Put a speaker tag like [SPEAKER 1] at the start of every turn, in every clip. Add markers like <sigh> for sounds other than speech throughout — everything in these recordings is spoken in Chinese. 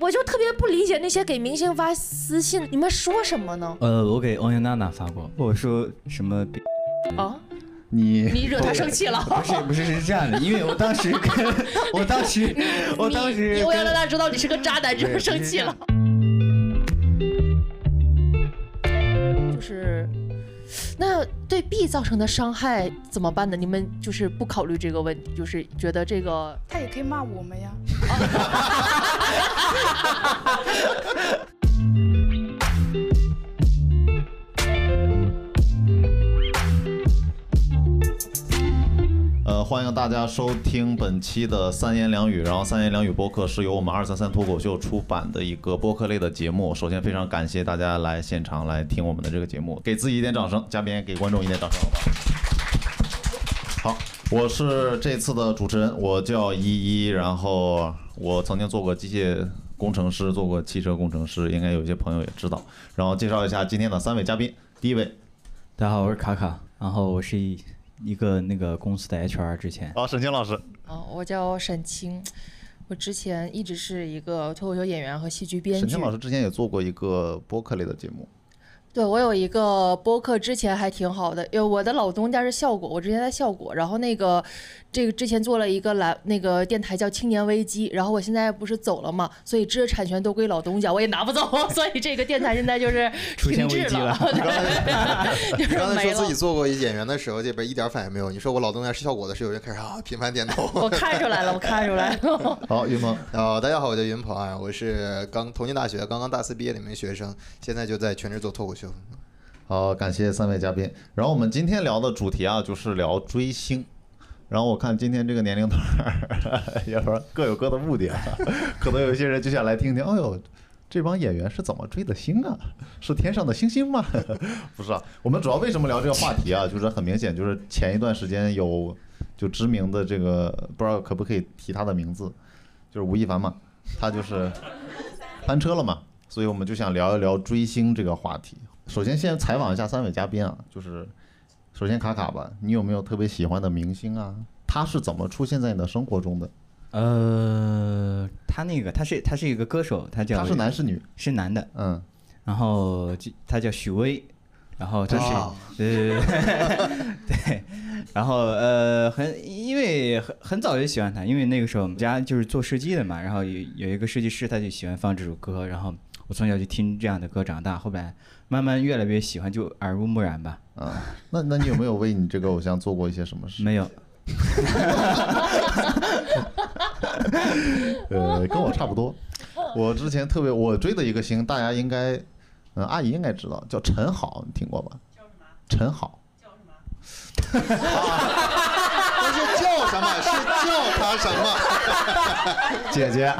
[SPEAKER 1] 我就特别不理解那些给明星发私信，你们说什么呢？
[SPEAKER 2] 呃，我给欧阳娜娜发过，
[SPEAKER 3] 我说什么？
[SPEAKER 1] 哦，
[SPEAKER 3] 你
[SPEAKER 1] <laughs> 你惹他生气了。
[SPEAKER 3] 不是不是是这样的，因为我当时跟我当时我当时
[SPEAKER 1] 你欧阳娜
[SPEAKER 3] 跟
[SPEAKER 1] 娜知道你是个渣男之后
[SPEAKER 3] 对
[SPEAKER 1] 生气了。就是，那对 B 造成的伤害怎么办呢？你们就是不考虑这个问题，就是觉得这个
[SPEAKER 4] 他也可以骂我们呀。
[SPEAKER 5] 呃，欢迎大家收听本期的三言两语。然后，三言两语播客是由我们二三三脱口秀出版的一个播客类的节目。首先，非常感谢大家来现场来听我们的这个节目，给自己一点掌声，嘉宾也给观众一点掌声，好不好？好，我是这次的主持人，我叫依依，然后我曾经做过机械工程师，做过汽车工程师，应该有一些朋友也知道。然后介绍一下今天的三位嘉宾，第一位，
[SPEAKER 2] 大家好，我是卡卡，然后我是一一个那个公司的 HR，之前
[SPEAKER 5] 啊，沈清老师，
[SPEAKER 1] 呃
[SPEAKER 6] 哦，我叫沈清，我之前一直是一个脱口秀演员和戏剧编
[SPEAKER 5] 沈
[SPEAKER 6] 剧
[SPEAKER 5] 清。老师之前也做过一个播客类的节目。
[SPEAKER 6] 对我有一个播客，之前还挺好的，因为我的老东家是效果，我之前在效果，然后那个这个之前做了一个栏，那个电台叫《青年危机》，然后我现在不是走了嘛，所以知识产权都归老东家，我也拿不走， <laughs> 所以这个电台现在就是
[SPEAKER 2] 出现
[SPEAKER 6] 停滞
[SPEAKER 2] 危机
[SPEAKER 6] 了，
[SPEAKER 7] <laughs>
[SPEAKER 6] 对 <laughs> 就是
[SPEAKER 7] 刚才
[SPEAKER 6] 没
[SPEAKER 7] 说自己
[SPEAKER 6] 了。
[SPEAKER 7] 做过演员的时候，这边一点反应没有。你说我老东家是效果的时候，有人开始啊频繁点头。 <laughs>
[SPEAKER 6] 我看出来了，我看出来了。 <laughs>
[SPEAKER 5] 好，云鹏，
[SPEAKER 7] 呃，大家好，我叫云鹏啊，我是刚同济大学刚刚大四毕业的一名学生，现在就在全职做脱口 <laughs> 秀。
[SPEAKER 5] 好，感谢三位嘉宾。然后我们今天聊的主题啊，就是聊追星。然后我看今天这个年龄段儿， <laughs> 也不是各有各的目的啊， <laughs> 可能有一些人就想来听听，哎呦，这帮演员是怎么追的星啊？是天上的星星吗？ <laughs> 不是啊，我们主要为什么聊这个话题啊？就是很明显，就是前一段时间有就知名的这个，不知道可不可以提他的名字，就是吴亦凡嘛，他就是翻车了嘛，所以我们就想聊一聊追星这个话题。首先，先采访一下三位嘉宾啊，就是首先卡卡吧，你有没有特别喜欢的明星啊？他是怎么出现在你的生活中的？
[SPEAKER 2] 呃，他那个他是他是一个歌手，他叫
[SPEAKER 5] 他是男是女？
[SPEAKER 2] 是男的，
[SPEAKER 5] 嗯，
[SPEAKER 2] 然后就他叫许巍，然后他
[SPEAKER 7] 哇
[SPEAKER 2] 是对对对对， <laughs> 然后呃很因为很很早就喜欢他，因为那个时候我们家就是做设计的嘛，然后有有一个设计师他就喜欢放这首歌，然后我从小就听这样的歌长大，后来慢慢越来越喜欢，就耳濡目染
[SPEAKER 5] <laughs>
[SPEAKER 2] 吧。
[SPEAKER 5] 啊，那那你有没有为你这个偶像做过一些什么事？
[SPEAKER 2] 没有，
[SPEAKER 5] <laughs> 呃，跟我差不多。 <laughs> 我之前特别我追的一个星，大家应该，嗯，阿姨应该知道，叫陈好，你听过吧？叫什么？陈好。
[SPEAKER 7] 但是叫什么？是叫他什么？
[SPEAKER 5] 姐姐，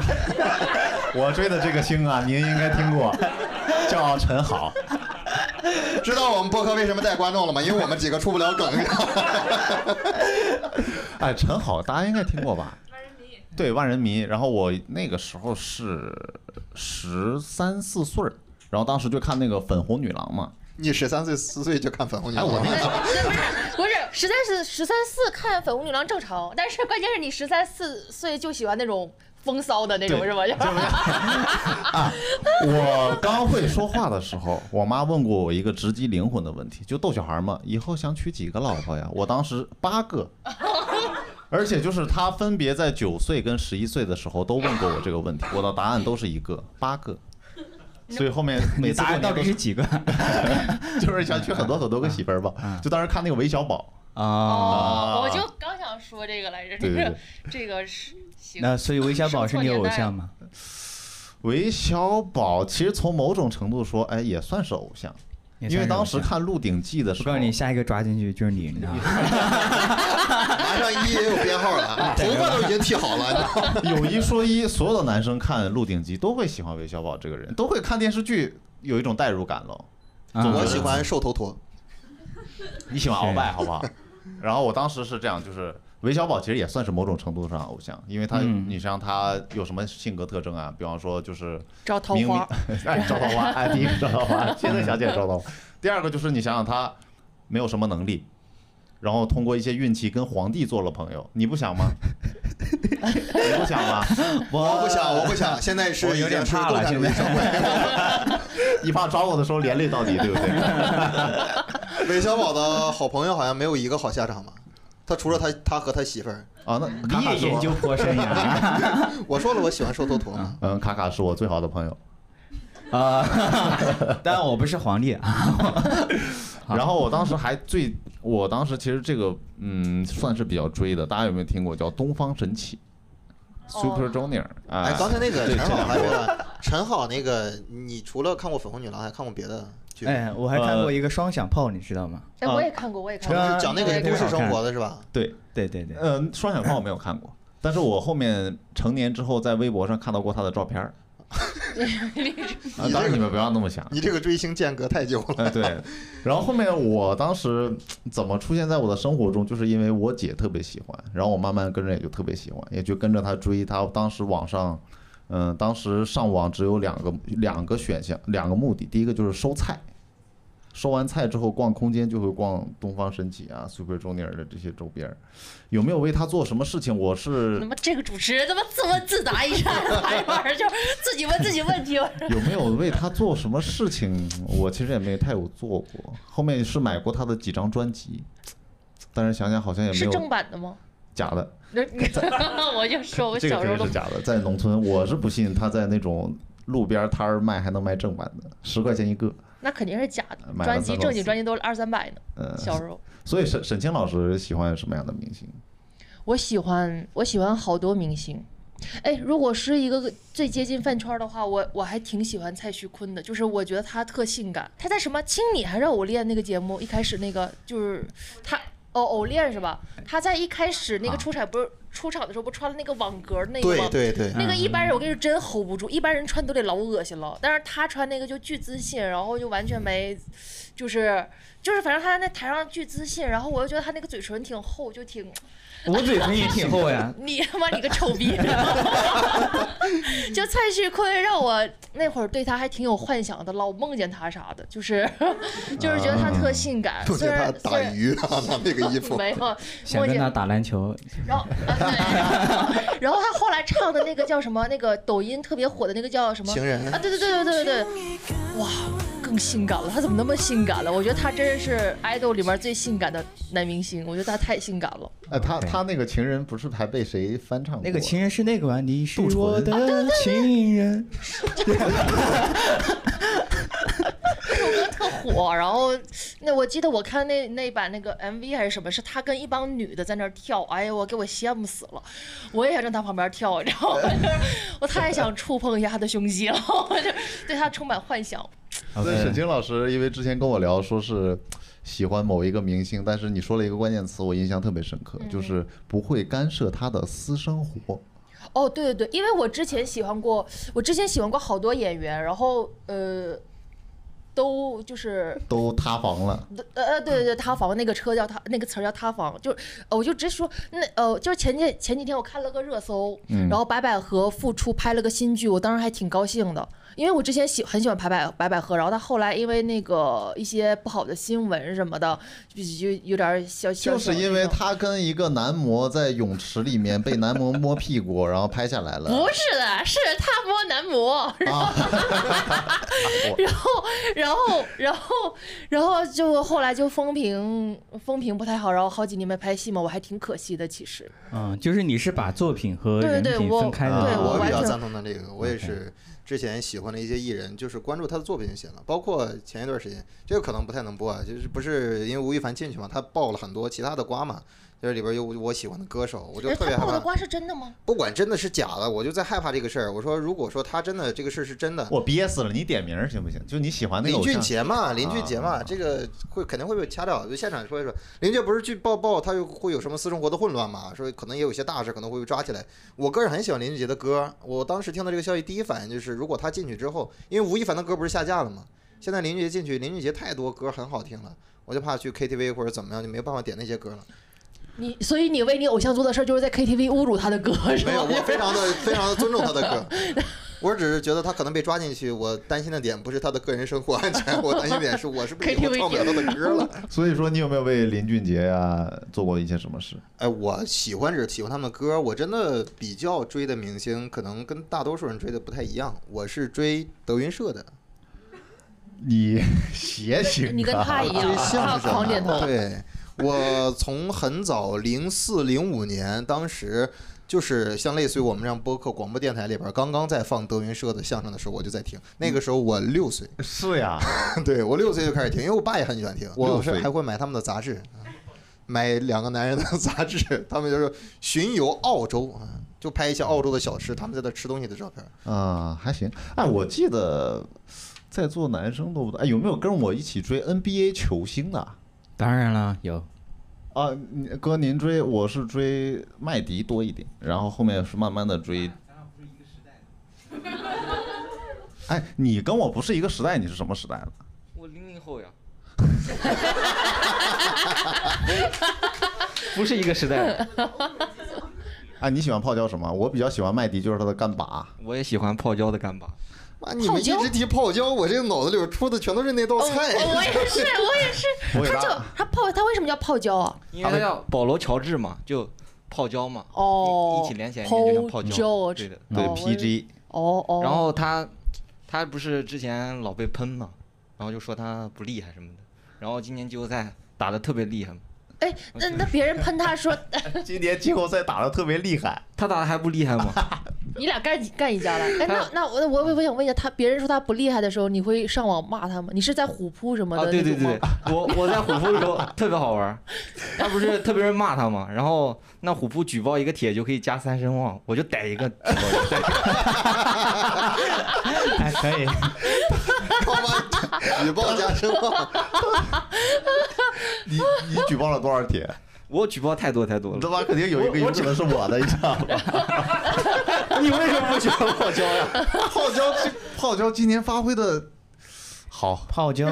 [SPEAKER 5] <laughs> 我追的这个星啊，您应该听过，叫陈好。
[SPEAKER 7] 知道我们播客为什么带观众了吗？因为我们几个出不了梗。 <laughs>
[SPEAKER 5] 哎，陈好，大家应该听过吧？对，万人迷。然后我那个时候是十三四岁儿，然后当时就看那个《粉红女郎》嘛。
[SPEAKER 7] 你十三岁、四岁就看粉红女郎？
[SPEAKER 5] 哎我那个时候
[SPEAKER 1] 不是，实在是十三四看粉红女郎正常，但是关键是你十三四岁就喜欢那种风骚的那种
[SPEAKER 5] 对啊
[SPEAKER 1] 是
[SPEAKER 5] <laughs>
[SPEAKER 1] 吧？ <laughs>
[SPEAKER 5] 我刚会说话的时候，我妈问过我一个直击灵魂的问题，就逗小孩嘛，以后想娶几个老婆呀？我当时八个，而且就是她分别在九岁跟十一岁的时候都问过我这个问题，我的答案都是一个八个，所以后面每
[SPEAKER 2] 你
[SPEAKER 5] 次
[SPEAKER 2] 答
[SPEAKER 5] 过
[SPEAKER 2] 案
[SPEAKER 5] 年
[SPEAKER 2] 到
[SPEAKER 5] 都
[SPEAKER 2] 底
[SPEAKER 5] 是
[SPEAKER 2] 是几个
[SPEAKER 5] <laughs> 就是想娶很多很多
[SPEAKER 2] 嗯
[SPEAKER 5] 个媳妇儿吧，就当时看那个韦小宝，
[SPEAKER 2] 啊？
[SPEAKER 1] 哦
[SPEAKER 5] 啊
[SPEAKER 6] 我就刚想说这个来着，这
[SPEAKER 5] 对对
[SPEAKER 6] 个
[SPEAKER 5] 对
[SPEAKER 6] 这个是行。
[SPEAKER 2] 那所以韦小宝是你的
[SPEAKER 6] 生错年
[SPEAKER 2] 偶
[SPEAKER 6] 代了
[SPEAKER 2] 像吗？
[SPEAKER 5] 韦小宝其实从某种程度说，哎，也算是偶像，
[SPEAKER 2] 也
[SPEAKER 5] 因为
[SPEAKER 2] 算是啊
[SPEAKER 5] 当
[SPEAKER 2] 偶
[SPEAKER 5] 时
[SPEAKER 2] 像
[SPEAKER 5] 看《鹿鼎记》的
[SPEAKER 2] 我
[SPEAKER 5] 时
[SPEAKER 2] 告
[SPEAKER 5] 候
[SPEAKER 2] 诉，你，下一个抓进去就是你，你知道吗？
[SPEAKER 7] 马上一也有编号 <laughs> 了，啊头发都已经剃好了。你知道吗
[SPEAKER 5] 有一说一，所有的男生看《鹿鼎记》都会喜欢韦小宝这个人，都会看电视剧，有一种代入感了。
[SPEAKER 2] 啊
[SPEAKER 7] 我喜欢瘦头陀，
[SPEAKER 5] 你喜欢鳌拜好不好？ <laughs> 然后我当时是这样，就是韦小宝其实也算是某种程度上偶像，因为他，
[SPEAKER 2] 嗯
[SPEAKER 5] 你像他有什么性格特征啊？比方说就是
[SPEAKER 6] 招桃
[SPEAKER 5] 明明 <laughs>
[SPEAKER 6] 花，
[SPEAKER 5] 哎，招桃花，哎，第一个招桃花，现在想起来招桃花。第二个就是你想想他没有什么能力，然后通过一些运气跟皇帝做了朋友，你不想吗？你不想吧？
[SPEAKER 7] 我不想，我不想，现在是
[SPEAKER 3] 我有点
[SPEAKER 7] 已经是
[SPEAKER 3] 怕了
[SPEAKER 7] 共产主义
[SPEAKER 3] 现在
[SPEAKER 7] 社会。
[SPEAKER 5] 你怕找我的时候连累到你，对不对？
[SPEAKER 7] <laughs> 韦小宝的好朋友好像没有一个好下场吧？他除了他，他和他媳妇儿。
[SPEAKER 5] 啊，那卡卡是
[SPEAKER 2] 研
[SPEAKER 5] 我，
[SPEAKER 2] 究颇深呀。
[SPEAKER 7] 我说了，我喜欢瘦头陀嘛。
[SPEAKER 5] 嗯，卡卡是我最好的朋友。
[SPEAKER 2] 啊， <laughs> 当然我不是皇帝啊。
[SPEAKER 5] 然后我当时还最，我当时其实这个嗯算是比较追的，大家有没有听过叫东方神起？Super Junior 啊
[SPEAKER 7] 哎，，刚才那个
[SPEAKER 5] 对
[SPEAKER 7] 陈
[SPEAKER 5] 这
[SPEAKER 7] 好
[SPEAKER 5] 两
[SPEAKER 7] 还
[SPEAKER 5] 个
[SPEAKER 7] 是吧陈好那个，你除了看过《粉红女郎》，还看过别的剧吗？
[SPEAKER 2] 哎，我还看过一个双响炮，你知道吗？
[SPEAKER 6] 哎，我也看过，我也看
[SPEAKER 2] 啊
[SPEAKER 6] 过。
[SPEAKER 7] 是讲那个
[SPEAKER 2] 对
[SPEAKER 7] 都市生
[SPEAKER 2] 好看
[SPEAKER 5] 哎
[SPEAKER 7] 活的是吧？
[SPEAKER 5] 对，
[SPEAKER 2] 对对对，
[SPEAKER 5] 嗯，双响炮我没有看过，但是我后面成年之后在微博上看到过他的照片儿。
[SPEAKER 1] <laughs>
[SPEAKER 5] 啊，当然你们不要那么想。
[SPEAKER 7] 你这个追星间隔太久了。
[SPEAKER 5] 哎，对，然后后面我当时怎么出现在我的生活中，就是因为我姐特别喜欢，然后我慢慢跟着也就特别喜欢，也就跟着她追。她当时网上，嗯，当时上网只有两个两个选项，两个目的，第一个就是收菜，收完菜之后逛空间就会逛东方神起啊、Super Junior 的这些周边儿，有没有为她做什么事情？我是
[SPEAKER 1] 他妈这个主持人他妈自问自答一下，哎呀妈呀，就自己问自己问题。
[SPEAKER 5] 有没有为他做什么事情？我其实也没太有做过。后面是买过他的几张专辑，但是想想好像也没
[SPEAKER 6] 是正
[SPEAKER 5] 有
[SPEAKER 6] 版的吗？
[SPEAKER 5] 假的。
[SPEAKER 1] <laughs> 我就说，我
[SPEAKER 5] 这个
[SPEAKER 1] 小时候
[SPEAKER 5] 肯
[SPEAKER 1] 都
[SPEAKER 5] 定是假的，在农村我是不信他在那种路边摊儿卖还能卖正版的，十块钱一个。
[SPEAKER 6] 那肯定是假的。
[SPEAKER 5] 买了
[SPEAKER 6] 专
[SPEAKER 5] 三
[SPEAKER 6] 辑
[SPEAKER 5] 到
[SPEAKER 6] 正经
[SPEAKER 5] 四
[SPEAKER 6] 专辑都是二三百呢。
[SPEAKER 5] 嗯，
[SPEAKER 6] 小时候，
[SPEAKER 5] 所以沈沈清老师喜欢什么样的明星？
[SPEAKER 6] 我喜欢我喜欢好多明星。哎，如果是一个最接近饭圈儿的话，我我还挺喜欢蔡徐坤的，就是我觉得他特性感。他在什么《亲你还是偶恋》那个节目一开始那个就是他哦偶恋是吧？他在一开始那个出场不是、出场的时候不穿了那个网格儿内衣
[SPEAKER 7] 啊对
[SPEAKER 6] 吗？
[SPEAKER 7] 对 <laughs> 对，
[SPEAKER 6] 那个一般人我跟你说真 hold 不住，一般人穿都得老恶心了，但是他穿那个就巨自信，然后就完全没，就是就是反正他在那台上巨自信，然后我又觉得他那个嘴唇挺厚，就挺
[SPEAKER 2] 我嘴唇也挺厚呀。
[SPEAKER 6] 你他妈你个臭逼！ <laughs> 就蔡徐坤让我那会儿对他还挺有幻想的，老梦见他啥的，就是就是觉得他特性感，
[SPEAKER 7] 就
[SPEAKER 6] 虽
[SPEAKER 7] 啊觉得他
[SPEAKER 6] 然虽
[SPEAKER 7] 打
[SPEAKER 6] 然
[SPEAKER 7] 鱼 <laughs> 啊，拿那个衣服。
[SPEAKER 6] 没有，
[SPEAKER 2] <laughs> 想
[SPEAKER 6] 我
[SPEAKER 2] 跟
[SPEAKER 6] 也
[SPEAKER 2] 他打篮球，
[SPEAKER 6] 然后、啊对，然后他后来唱的那个叫什么？那个抖音特别火的那个叫什么？
[SPEAKER 7] 情人
[SPEAKER 6] 啊，对对对对对对对，哇，更性感了！他怎么那么性感了？我觉得他真是爱豆里面最性感的男明星，我觉得他太性感了。
[SPEAKER 5] 呃，他他那个情人不是还被谁翻唱过？啊
[SPEAKER 2] 那个情人是那个吧？你是
[SPEAKER 5] 杜淳
[SPEAKER 2] 我的情人。
[SPEAKER 6] 特火，然后那我记得我看那那版那个 MV 还是什么，是他跟一帮女的在那儿跳，哎呀，我给我羡慕死了，我也想站他旁边跳，你知道吗？ <laughs> 就是我太想触碰一下他的胸肌了，我就对他充满幻想。
[SPEAKER 5] 所以
[SPEAKER 2] OK
[SPEAKER 5] 沈清老师因为之前跟我聊说是喜欢某一个明星，但是你说了一个关键词，我印象特别深刻，
[SPEAKER 6] 嗯
[SPEAKER 5] 就是不会干涉他的私生活。
[SPEAKER 6] 哦，对对对，因为我之前喜欢过，我之前喜欢过好多演员，然后呃，都就是
[SPEAKER 5] 都塌房了，
[SPEAKER 6] 呃呃，对对对，塌房那个车叫塌，那个词儿叫塌房，就是呃我就直说那呃，就是前几前几天我看了个热搜，然后白百合复出拍了个新剧，我当时还挺高兴的，因为我之前喜很喜欢白百白百合，然后她后来因为那个一些不好的新闻什么的，就就有点小小啊
[SPEAKER 5] 就是因为他跟一个男模在泳池里面被男模摸屁股，然后拍下来了。
[SPEAKER 6] 不是的，是他摸男模，然后， <laughs> 然后，然后，然后，然后就后来就风评风评不太好，然后好几年没拍戏嘛，我还挺可惜的，其实。
[SPEAKER 2] 嗯，就是你是把作品和
[SPEAKER 6] 对
[SPEAKER 2] 人
[SPEAKER 6] 对
[SPEAKER 2] 品
[SPEAKER 6] 我
[SPEAKER 2] 分开的。
[SPEAKER 6] 对
[SPEAKER 7] 啊
[SPEAKER 6] 我
[SPEAKER 7] 比
[SPEAKER 6] 完
[SPEAKER 7] 较
[SPEAKER 6] 全
[SPEAKER 7] 赞同的这个，我也是之前喜欢的一些艺人，就是关注他的作品就行了。包括前一段时间，这个可能不太能播啊，就是不是因为吴亦凡进去嘛，他爆了很多其他的瓜嘛，就是里边有我喜欢的歌手，我就
[SPEAKER 6] 哎
[SPEAKER 7] 特
[SPEAKER 6] 他
[SPEAKER 7] 别害
[SPEAKER 6] 爆的
[SPEAKER 7] 怕。
[SPEAKER 6] 瓜是真的吗？
[SPEAKER 7] 不管真的是假的，我就在害怕这个事儿。我说，如果说他真的这个事儿是真的，
[SPEAKER 5] 我憋死了，你点名儿行不行？就你喜啊欢那个
[SPEAKER 7] 林
[SPEAKER 5] 偶
[SPEAKER 7] 俊
[SPEAKER 5] 像，啊
[SPEAKER 7] 杰嘛，林俊杰嘛，这个会肯定会被掐掉。就现场说一说，林俊杰不是去报报，他又会有什么私生活的混乱嘛？说可能也有些大事，可能会被抓起来。我个人很喜欢林俊杰的歌，我当时听到这个消息，第一反应就是，如果他进去之后，因为吴亦凡的歌不是下架了吗？现在林俊杰进去，林俊杰太多歌很好听了，我就怕去 KTV 或者怎么样，就没办法点那些歌了。
[SPEAKER 6] 你所以你为你偶像做的事儿就是在 KTV 侮辱他的歌是
[SPEAKER 7] 没有，
[SPEAKER 6] 吗？
[SPEAKER 7] 我非常的非常的尊重他的歌。我只是觉得他可能被抓进去，我担心的点不是他的个人生活安全，我担心点是我是不是以后唱不了他的歌了。
[SPEAKER 5] 所以说，你有没有为林俊杰呀、做过一些什么事？
[SPEAKER 7] 哎，我喜欢只是喜欢他们的歌，我真的比较追的明星，可能跟大多数人追的不太一样。我是追德云社的，
[SPEAKER 5] 你 <laughs> 邪行、啊，
[SPEAKER 6] 你跟他一样
[SPEAKER 7] 追，相
[SPEAKER 6] 他
[SPEAKER 7] 声
[SPEAKER 6] 狂点头
[SPEAKER 7] 啊。对，我从很早零四零五年，当时就是像类似于我们这样播客广播电台里边，刚刚在放德云社的相声的时候，我就在听。那个时候我六岁，
[SPEAKER 5] 是呀，
[SPEAKER 7] <laughs> 对我六岁就开始听，因为我爸也很喜欢听，
[SPEAKER 5] 六
[SPEAKER 7] 我
[SPEAKER 5] 岁
[SPEAKER 7] 是还会买他们的杂志，买两个男人的 <laughs> 杂志，他们就是巡游澳洲啊，就拍一些澳洲的小吃，他们在那吃东西的照片。
[SPEAKER 5] 啊，还行。哎，我记得在座男生都不多。哎，有没有跟我一起追 NBA 球星的？
[SPEAKER 2] 当然了，有
[SPEAKER 5] 啊，你哥您追，我是追麦迪多一点，然后后面是慢慢的追。 <laughs> 哎，你跟我不是一个时代，你是什么时代的？
[SPEAKER 4] 我零零后呀， <laughs> 不是一个时代。
[SPEAKER 5] 哎，你喜欢泡椒什么？我比较喜欢麦迪，就是他的干拔。
[SPEAKER 4] 我也喜欢泡椒的干巴，
[SPEAKER 7] 妈，你们一直提泡椒，我这个脑子里边出的全都是那道菜。
[SPEAKER 6] 我也是，我也是。
[SPEAKER 5] 我给
[SPEAKER 6] 他
[SPEAKER 5] 大
[SPEAKER 6] 叫他泡，他为什么叫泡椒啊？
[SPEAKER 4] 因为他叫保罗乔治嘛，就泡椒嘛，
[SPEAKER 6] 哦，
[SPEAKER 4] 一一起连起来念就叫泡椒。
[SPEAKER 6] 椒，
[SPEAKER 4] 对的。
[SPEAKER 5] 对
[SPEAKER 6] 哦
[SPEAKER 5] PG，
[SPEAKER 6] 哦哦。
[SPEAKER 4] 然后他他不是之前老被喷嘛，然后就说他不厉害什么的，然后今年季后赛打的特别厉害嘛，
[SPEAKER 6] 哎，那那别人喷他说
[SPEAKER 5] <laughs> 今年季后赛打得特别厉
[SPEAKER 4] <laughs>
[SPEAKER 5] 害。
[SPEAKER 4] 他打的还不厉害吗？
[SPEAKER 6] 你俩干干一
[SPEAKER 5] <laughs>
[SPEAKER 6] 架了。哎，那那我我我想问一下，他别人说他不厉害的时候，你会上网骂他吗？你是在虎扑什么
[SPEAKER 4] 啊，
[SPEAKER 6] 的
[SPEAKER 4] 对
[SPEAKER 6] 那
[SPEAKER 4] 对
[SPEAKER 6] 种
[SPEAKER 4] 对
[SPEAKER 6] 吗？，
[SPEAKER 4] 我我在虎扑的时候 <laughs> 特别好玩儿，他不是特别人骂他嘛，然后那虎扑举报一个帖就可以加三声望，我就逮一个举报一个，
[SPEAKER 2] 还哎可以。
[SPEAKER 7] 好吧，举报加深望。
[SPEAKER 5] <laughs> 你你举报了多少帖？
[SPEAKER 4] 我举报太多太多
[SPEAKER 5] 你
[SPEAKER 4] 了 <laughs>
[SPEAKER 5] 他。妈肯定有一个有可能是我的，你知道吗？
[SPEAKER 4] 你为什么不举报泡椒呀？
[SPEAKER 5] <laughs> 泡椒这泡椒今年发挥的好
[SPEAKER 2] 泡椒，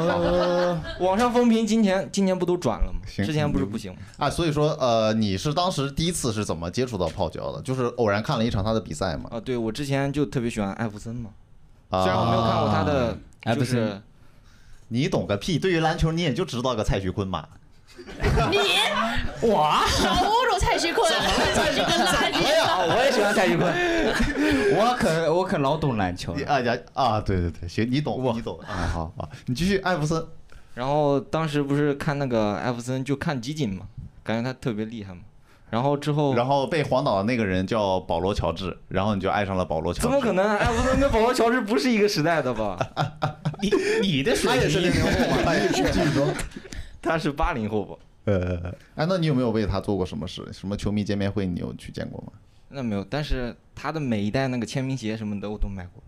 [SPEAKER 4] 网上风评今年今年不都转了吗？
[SPEAKER 5] 行
[SPEAKER 4] 之前不是不行吗？
[SPEAKER 5] 啊，所以说呃，你是当时第一次是怎么接触到泡椒的？就是偶然看了一场他的比赛嘛？
[SPEAKER 4] 啊，对我之前就特别喜欢艾弗森嘛，啊
[SPEAKER 5] 啊
[SPEAKER 4] 虽然我没有看过他，的，
[SPEAKER 2] 艾
[SPEAKER 4] 就
[SPEAKER 2] 弗森
[SPEAKER 4] 是
[SPEAKER 5] 你懂个屁！对于篮球你也就知道个蔡徐坤嘛。
[SPEAKER 6] 少侮辱蔡徐坤，蔡徐坤垃圾。
[SPEAKER 4] 啊，我也喜欢蔡徐坤，
[SPEAKER 2] <laughs> 我可我可老懂篮球
[SPEAKER 5] 你
[SPEAKER 2] 了。
[SPEAKER 5] 啊呀啊，对对对，行，你懂，你懂啊，好好，你继续，艾弗森。
[SPEAKER 4] 然后当时不是看那个艾弗森就看集锦嘛，感觉他特别厉害嘛，然后之后
[SPEAKER 5] 然后被黄岛的那个人叫保罗·乔治，然后你就爱上了保罗·乔治。
[SPEAKER 4] 怎么可？能？艾弗森跟保罗乔治不是一个时代的 <laughs> 吧？
[SPEAKER 2] 你你的水平，
[SPEAKER 4] 他是八零后吧？
[SPEAKER 5] 呃，哎，那你有没有为他做过什么事？什么球迷见面会你有去见过吗？
[SPEAKER 4] 那没有，但是他的每一代那个签名鞋什么的我都买过。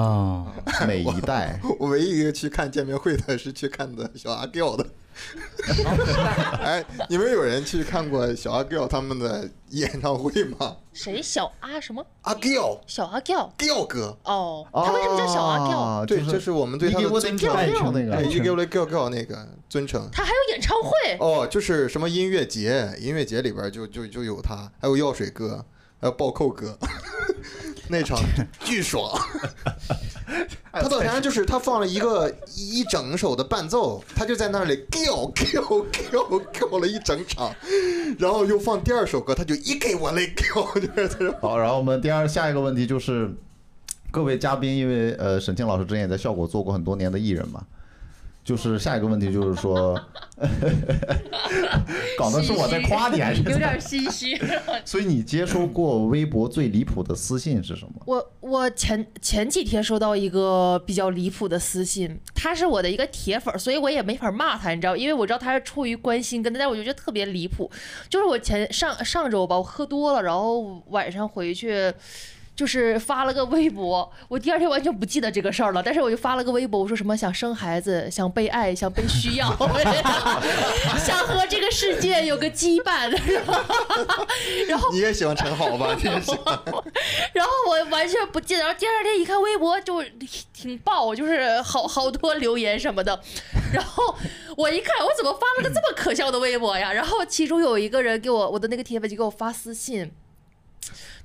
[SPEAKER 2] 哦，
[SPEAKER 5] 每一
[SPEAKER 7] <laughs>
[SPEAKER 5] 代
[SPEAKER 7] 我唯一一个去看见面会的是去看的小阿 Giao 的。 <laughs> 哎，你们有人去看过小阿 Giao 他们的演唱会吗？
[SPEAKER 6] 谁小阿什么
[SPEAKER 7] 阿 Giao
[SPEAKER 6] 小阿 Giao？
[SPEAKER 7] Giao 哥，
[SPEAKER 6] 哦，他为什么叫小阿 Giao？
[SPEAKER 5] 啊
[SPEAKER 7] 对，这是我们对他
[SPEAKER 5] 你
[SPEAKER 7] 的
[SPEAKER 5] 给我
[SPEAKER 7] 尊
[SPEAKER 5] 得
[SPEAKER 7] 称。
[SPEAKER 5] 爱情那
[SPEAKER 2] 哎
[SPEAKER 5] 个
[SPEAKER 7] 对，一给我
[SPEAKER 5] <laughs>
[SPEAKER 7] 的 Giao Giao 那个尊称。
[SPEAKER 6] 他还有演唱会，
[SPEAKER 7] 哦，就是什么音乐节，音乐节里边就就就有他，还有药水哥，还有暴扣哥， <laughs> 那场
[SPEAKER 5] <laughs>
[SPEAKER 7] 巨爽。他到台上就是他放了一个一整首的伴奏，他就在那里 go go go go 了一整场，然后又放第二首歌，他就一给我嘞 go，就
[SPEAKER 5] <laughs>
[SPEAKER 7] 是在这
[SPEAKER 5] 好，然后我们第二下一个问题就是，各位嘉宾，因为呃沈庆老师之前也在效果做过很多年的艺人嘛，就是下一个问题就是说， <laughs> 搞的是我在夸你
[SPEAKER 6] <laughs>
[SPEAKER 5] 还是？
[SPEAKER 1] 有点心虚。
[SPEAKER 5] <laughs> 所以你接收过微博最离谱的私信是什么？
[SPEAKER 6] 我我前前几天收到一个比较离谱的私信，他是我的一个铁粉儿，所以我也没法骂他，你知道，因为我知道他是出于关心跟他，但我就觉得特别离谱。就是我前上上周吧，我喝多了，然后晚上回去。就是发了个微博，我第二天完全不记得这个事儿了，但是我就发了个微博，我说什么想生孩子，想被爱，想被需要， <laughs> 想和这个世界有个羁绊， <laughs> 然后
[SPEAKER 7] 你也喜欢陈好
[SPEAKER 5] <laughs>
[SPEAKER 7] 吧？你也喜欢
[SPEAKER 6] 然后我完全不记得，然后第二天一看微博就挺爆，就是好好多留言什么的。然后我一看，我怎么发了个这么可笑的微博呀？然后其中有一个人给我，我的那个铁粉就给我发私信，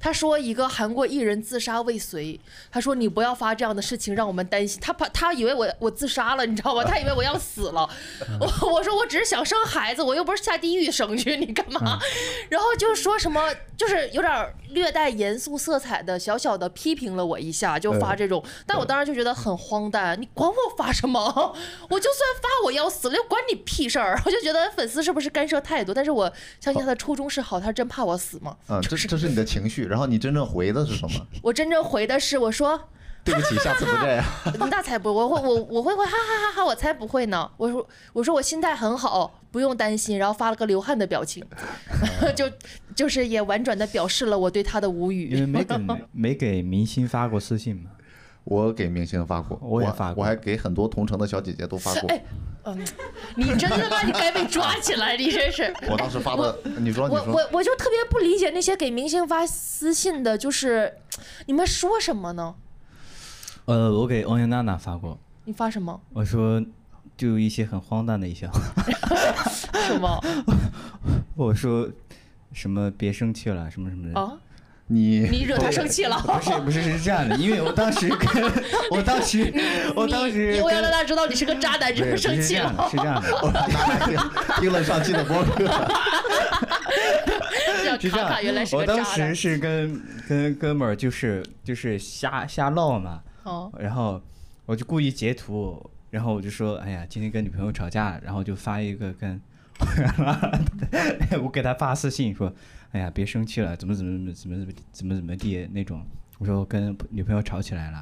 [SPEAKER 6] 他说一个韩国艺人自杀未遂，他说你不要发这样的事情，让我们担心。他怕他以为我我自杀了，你知道吗？他以为我要死了。 <laughs> 我我说我只是想生孩子，我又不是下地狱生去，你干嘛？然后就说什么，就是有点略带严肃色彩的，小小的批评了我一下，就发这种。但我当时就觉得很荒诞，你管我发什么？ <laughs> 我就算发我要死了，又管你屁事儿。 <laughs> 我就觉得粉丝是不是干涉太多？但是我相信他的初衷是好，他是真怕我死吗？
[SPEAKER 5] 嗯，这这是你的情绪，然后你真正回的是什么？
[SPEAKER 6] 我真正回的是我说。
[SPEAKER 5] 对不起，下次不这样。
[SPEAKER 6] 那才不，我会我我会会哈哈哈哈，我才不会呢。我说我说我心态很好，不用担心，然后发了个流汗的表情， <laughs> 就就是也婉转的表示了我对他的
[SPEAKER 2] <laughs>
[SPEAKER 6] 无
[SPEAKER 2] 你
[SPEAKER 6] 语。
[SPEAKER 2] 们没给
[SPEAKER 6] <laughs>
[SPEAKER 2] 没给明星发过私信吗？
[SPEAKER 5] 我给明星发过，
[SPEAKER 2] 我也发过
[SPEAKER 5] 我还给很多同城的小姐姐都发过。
[SPEAKER 6] 哎，嗯，你真的吗？你该被抓起来，你真是。
[SPEAKER 5] 我当时发的，你
[SPEAKER 2] 哦
[SPEAKER 5] 说你
[SPEAKER 6] 我
[SPEAKER 5] 说，
[SPEAKER 6] 我我就特别不理解那些给明星发私信的，就是你们说什么呢？
[SPEAKER 2] 呃，我给欧阳娜娜发过，
[SPEAKER 6] 你发什么？
[SPEAKER 2] 我说就一些很荒诞的一些话， <laughs>
[SPEAKER 6] 什么
[SPEAKER 2] 我说什么别生气了，什么什么的。
[SPEAKER 6] 啊？
[SPEAKER 5] 你
[SPEAKER 6] 你惹他生气了？
[SPEAKER 2] 不是不是是这样的，因为我当
[SPEAKER 6] <laughs>
[SPEAKER 2] 时跟我当时我当时
[SPEAKER 6] 你欧阳
[SPEAKER 2] 跟
[SPEAKER 6] 娜娜知道你是个渣男之后
[SPEAKER 2] 对不
[SPEAKER 6] 生
[SPEAKER 2] 是
[SPEAKER 6] 气
[SPEAKER 2] 这样
[SPEAKER 6] 了，
[SPEAKER 2] 的，是这样的，
[SPEAKER 6] <laughs>
[SPEAKER 5] 听了上期的播客，
[SPEAKER 6] <laughs>
[SPEAKER 2] 是这
[SPEAKER 6] 卡
[SPEAKER 2] 样
[SPEAKER 6] 卡原来
[SPEAKER 2] 的。
[SPEAKER 6] 是
[SPEAKER 2] 我
[SPEAKER 6] 个渣
[SPEAKER 2] 当
[SPEAKER 6] 男
[SPEAKER 2] 时。是跟跟哥们儿就是就是瞎瞎唠嘛，
[SPEAKER 6] 哦，
[SPEAKER 2] 然后我就故意截图，然后我就说，哎呀，今天跟女朋友吵架，然后就发一个跟 <laughs> 我给他发私信说，哎呀，别生气了，怎么怎么怎么怎么怎么怎么地那种。我说我跟女朋友吵起来了，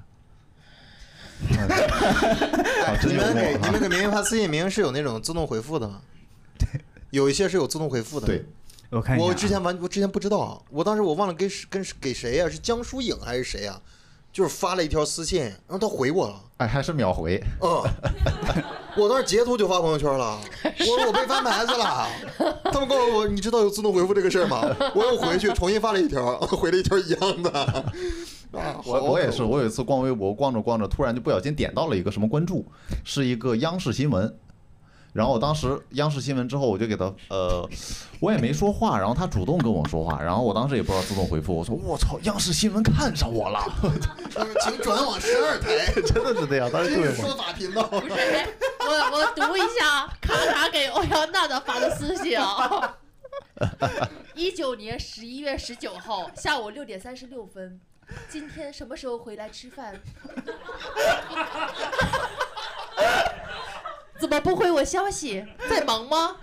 [SPEAKER 5] 啊真幽
[SPEAKER 7] 哎你们
[SPEAKER 5] 默
[SPEAKER 7] 给你
[SPEAKER 5] 啊
[SPEAKER 7] 们给明星发私信，明星是有那种自动回复的吗？有一些是有自动回复
[SPEAKER 5] <laughs>
[SPEAKER 7] 的。
[SPEAKER 5] 对，
[SPEAKER 2] 我看一下啊， <laughs>
[SPEAKER 7] 我之前完，我之前不知道，啊我当时我忘了跟谁跟谁给谁呀、啊是江疏影还是谁呀、就是发了一条私信，然后他回我了。
[SPEAKER 5] 哎，还是秒回。
[SPEAKER 2] <laughs>
[SPEAKER 7] 嗯，我当时截图就发朋友圈了，我我被翻牌子
[SPEAKER 2] <laughs>
[SPEAKER 7] 了，他们告诉我，你知道有自动回复这个事儿吗？我又回去重新发了一条，回了一条一样的。啊，好
[SPEAKER 5] 我我也是，我有一次逛微博，逛着逛着，突然就不小心点到了一个什么关注，是一个央视新闻。然后我当时央视新闻之后，我就给他呃，我也没说话，然后他主动跟我说话，然后我当时也不知道自动回复，我说我操，央视新闻看上我了， <laughs>
[SPEAKER 7] 请转往十二台，
[SPEAKER 5] 真的是这样，当时
[SPEAKER 7] 这
[SPEAKER 5] 特别
[SPEAKER 7] 是
[SPEAKER 5] 懵
[SPEAKER 7] 说法频道。
[SPEAKER 6] 我我读一下卡卡给欧阳娜娜发的私信啊。一九年十一月十九号下午六点三十六分，今天什么时候回来吃饭？怎么不回我消息？在忙吗？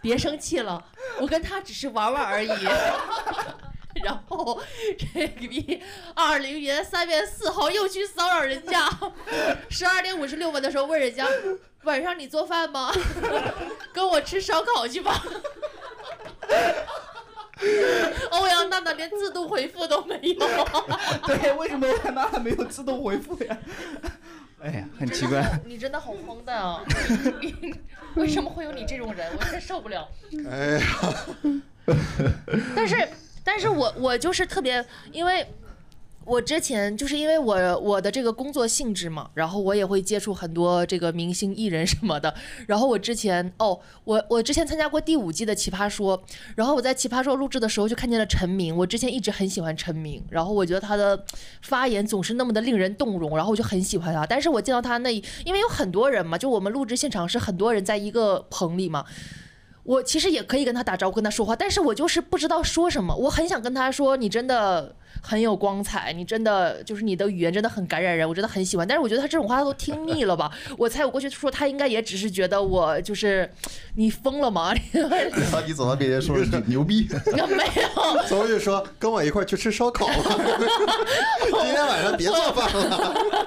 [SPEAKER 6] 别生气了，我跟他只是玩玩而已。然后这个逼，二零年三月四号又去骚扰人家，十二点五十六分的时候问人家，晚上你做饭吗？ <laughs> 跟我吃烧烤去吧。 <laughs> 欧阳娜娜连自动回复都没有，
[SPEAKER 2] 对，为什么我看到他没有自动回复呀？ <laughs> 哎呀，很奇怪。
[SPEAKER 6] <laughs>
[SPEAKER 7] <laughs>
[SPEAKER 6] 你真的好荒诞啊！ <laughs> 你为什么会有你这种人？我真受不了。
[SPEAKER 7] 哎呀，
[SPEAKER 6] 但是，但是我我就是特别，因为我之前就是因为我我的这个工作性质嘛，然后我也会接触很多这个明星艺人什么的。然后我之前哦，我我之前参加过第五季的《奇葩说》，然后我在《奇葩说》录制的时候就看见了陈明，我之前一直很喜欢陈明，然后我觉得他的发言总是那么的令人动容，然后我就很喜欢他。但是我见到他那一，因为有很多人嘛，就我们录制现场是很多人在一个棚里嘛，我其实也可以跟他打招呼，跟他说话，但是我就是不知道说什么。我很想跟他说，你真的很有光彩，你真的就是你的语言真的很感染人，我真的很喜欢。但是我觉得他这种话他都听腻了吧？我猜我过去说他应该也只是觉得我就是你疯了吗？ <laughs>
[SPEAKER 5] 然后你走到面前说一句牛逼，
[SPEAKER 6] 没有，
[SPEAKER 7] <laughs> 走过去说跟我一块儿去吃
[SPEAKER 6] <laughs>
[SPEAKER 7] 烧烤吧，今天晚上别做饭了。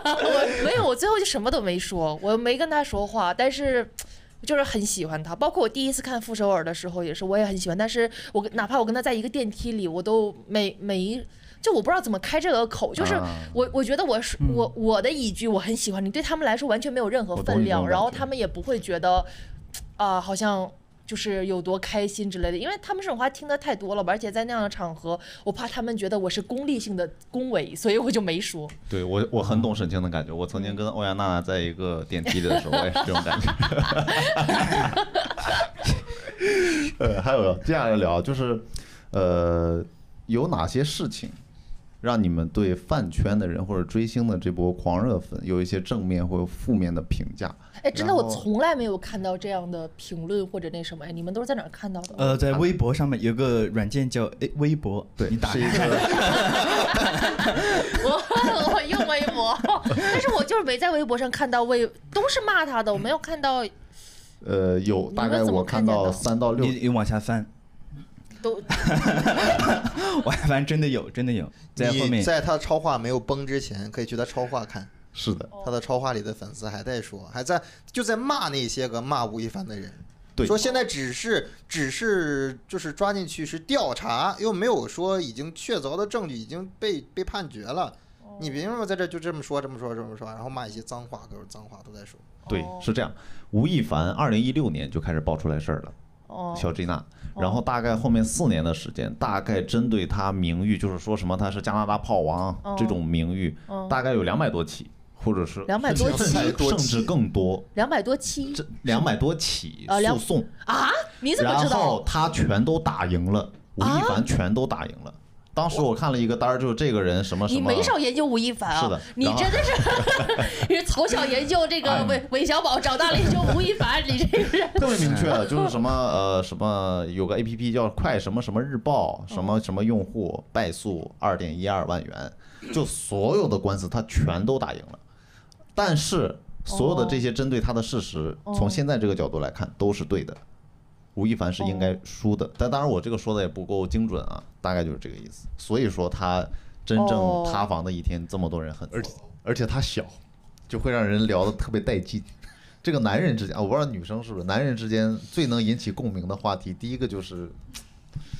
[SPEAKER 6] 我没有，我最后就什么都没说，我没跟他说话，但是。就是很喜欢他，包括我第一次看傅首尔的时候也是，我也很喜欢。但是我跟哪怕我跟他在一个电梯里，我都每每一就我不知道怎么开这个口，就是
[SPEAKER 5] 啊
[SPEAKER 6] 我我觉得我是我我的一句我很喜欢你，对他们来说完全没有任何
[SPEAKER 5] 我懂
[SPEAKER 6] 分
[SPEAKER 5] 你这种
[SPEAKER 6] 量，然
[SPEAKER 5] 感
[SPEAKER 6] 后
[SPEAKER 5] 觉
[SPEAKER 6] 他们也不会觉得啊、好像就是有多开心之类的，因为他们这种话听得太多了吧，而且在那样的场合，我怕他们觉得我是功利性的恭维，所以我就没说。
[SPEAKER 5] 对我我很懂沈清的感觉，我曾
[SPEAKER 6] 嗯
[SPEAKER 5] 经跟欧阳娜娜在一个电梯里的时候，我也是这种感觉。
[SPEAKER 6] <laughs>
[SPEAKER 5] 呃，还有这样聊，就是呃，有哪些事情让你们对饭圈的人或者追星的这波狂热粉有一些正面或负面的评价？
[SPEAKER 6] 哎，真的，
[SPEAKER 5] 然
[SPEAKER 6] 我
[SPEAKER 5] 后
[SPEAKER 6] 从来没有看到这样的评论或者那什么，哎，你们都是在哪儿看到的？
[SPEAKER 2] <laughs> 呃，在微博上面有个软件叫诶微博，
[SPEAKER 5] 对，
[SPEAKER 2] 你打
[SPEAKER 5] 是一个
[SPEAKER 6] 我我用微博， <laughs> 但是我就是没在微博上看到为都是骂他的，我没有看到
[SPEAKER 5] 呃，有
[SPEAKER 6] 你
[SPEAKER 5] 大
[SPEAKER 6] 们
[SPEAKER 5] 概
[SPEAKER 6] 怎么
[SPEAKER 5] 我
[SPEAKER 6] 看
[SPEAKER 5] 看
[SPEAKER 6] 见
[SPEAKER 5] 到
[SPEAKER 6] 的
[SPEAKER 5] 三到六
[SPEAKER 2] 你你往下翻，
[SPEAKER 5] <laughs>
[SPEAKER 6] 都
[SPEAKER 2] 往下翻真的有，真的有， <laughs> 在后
[SPEAKER 7] 你
[SPEAKER 2] 面
[SPEAKER 7] 在他超话没有崩之前，可以去他超话看，
[SPEAKER 5] 是
[SPEAKER 6] 哦
[SPEAKER 5] 的，
[SPEAKER 7] 他的超话里的粉丝还在说，还在就在骂那些个骂吴亦凡的人，
[SPEAKER 5] 对
[SPEAKER 7] 说现在只是只是就是抓进去是调查，又没有说已经确凿的证据，已经被被判决了。
[SPEAKER 6] 哦
[SPEAKER 7] 你凭什么在这就这么说这么说这么说，然后骂一些脏话，各种脏话都在说。
[SPEAKER 5] 对，是这样。吴亦凡二零一六年就开始爆出来事儿了。
[SPEAKER 6] 哦
[SPEAKER 5] 小 G 娜，然后大概后面四年的时间，大概针对他名誉，就是说什么他是加拿大炮王
[SPEAKER 6] 哦
[SPEAKER 5] 这种名誉
[SPEAKER 6] 哦，
[SPEAKER 5] 大概有两百多起，或者是
[SPEAKER 6] 200多起
[SPEAKER 5] 甚至甚至更多，
[SPEAKER 6] 两百多
[SPEAKER 5] <laughs>
[SPEAKER 6] 期
[SPEAKER 5] 这两百多起
[SPEAKER 6] 啊两
[SPEAKER 5] 诉讼，
[SPEAKER 6] 啊？你怎么
[SPEAKER 5] 然
[SPEAKER 6] 知
[SPEAKER 5] 后
[SPEAKER 6] 道？啊
[SPEAKER 5] 他全都打赢了，吴亦凡全都打赢了。当时我看了一个单儿，就是这个人什么什
[SPEAKER 6] 你
[SPEAKER 5] 么，
[SPEAKER 6] 没少研究吴亦凡啊！
[SPEAKER 5] 是的
[SPEAKER 6] 你
[SPEAKER 5] 然后哎
[SPEAKER 6] 真的是， <laughs> 你是从小研究这个韦韦小宝，长大了研究吴亦凡，你这个人
[SPEAKER 5] <laughs> 特别明确，就是什么呃什么有个 A P P 叫快什么什么日报，什么什么用户败诉二点一二万元，就所有的官司他全都打赢了，但是所有的这些针对他的事实，从现在这个角度来看都是对的，吴亦凡是应该输的，但当然我这个说的也不够精准啊，大概就是这个意思。所以说他真正
[SPEAKER 6] 哦
[SPEAKER 5] 塌房的一天，这么多人恨，
[SPEAKER 3] 而而且他小，
[SPEAKER 5] 就会让人聊得特别带劲。这个男人之间啊，我不知道女生是不是，男人之间最能引起共鸣的话题，第一个就是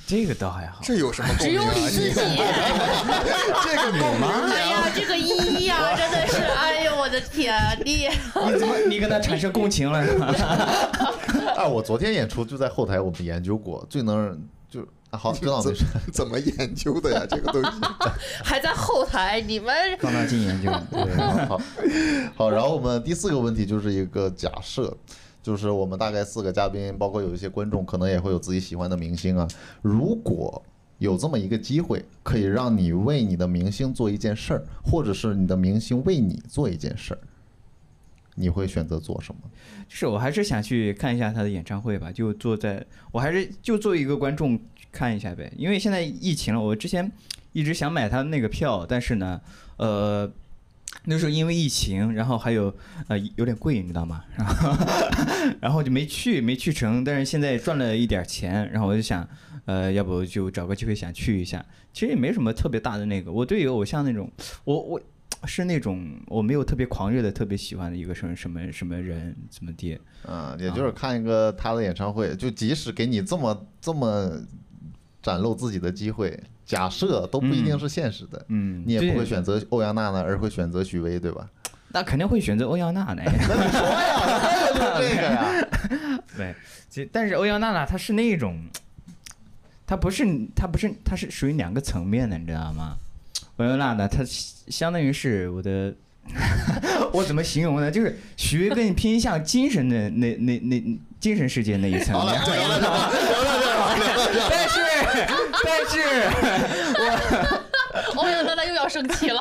[SPEAKER 2] 这个倒还好，
[SPEAKER 7] 这有什么共
[SPEAKER 6] 只
[SPEAKER 7] 鸣
[SPEAKER 6] 有
[SPEAKER 7] 啊？
[SPEAKER 6] 你自
[SPEAKER 5] <laughs>
[SPEAKER 6] 己。
[SPEAKER 7] 这个共鸣啊
[SPEAKER 6] 哎呀，这个依依
[SPEAKER 5] <laughs>
[SPEAKER 6] 呀，真的是，哎呦我的天，你
[SPEAKER 2] <laughs> 你怎么你跟他产生共情了？
[SPEAKER 5] 啊，我昨天演出就在后台，我们研究过最能就啊 <laughs> 好，知道没
[SPEAKER 7] 怎
[SPEAKER 5] 事。
[SPEAKER 7] <laughs> 怎么研究的呀？这个东西。
[SPEAKER 6] 还在后台，你们
[SPEAKER 2] <laughs> 放大镜研究，
[SPEAKER 5] 对 <laughs> 好，好，然后我们第四个问题就是一个假设，就是我们大概四个嘉宾，包括有一些观众，可能也会有自己喜欢的明星啊。如果有这么一个机会，可以让你为你的明星做一件事儿，或者是你的明星为你做一件事儿，你会选择做什么？
[SPEAKER 2] 是我还是想去看一下他的演唱会吧，就坐在我还是就做一个观众看一下呗，因为现在疫情了，我之前一直想买他那个票，但是呢，呃。那时候因为疫情，然后还有呃有点贵，你知道吗？ <laughs> 然后然后就没去，没去成。但是现在赚了一点钱，然后我就想，呃，要不就找个机会想去一下。其实也没什么特别大的那个。我对于偶像那种，我我是那种我没有特别狂热的、特别喜欢的一个什么什么什么人怎么地，
[SPEAKER 5] 嗯，也就是看一个他的演唱会，就即使给你这么这么展露自己的机会，假设都不一定是现实的。
[SPEAKER 2] 嗯，
[SPEAKER 5] 你也不
[SPEAKER 2] 对
[SPEAKER 5] 会，选择欧阳娜娜，而会选择许巍，对吧？
[SPEAKER 2] 那肯定会选择欧阳娜娜呀。
[SPEAKER 5] 这个呀，
[SPEAKER 2] 对，其但是欧阳娜娜她是那种，她不是她不是她是属于两个层面的，你知道吗？欧阳娜娜她相当于是我的，我怎么形容呢？就是许巍更偏向精神的那那那精神世界那一层面。但是但是
[SPEAKER 6] 欧阳娜娜哦又要生气了。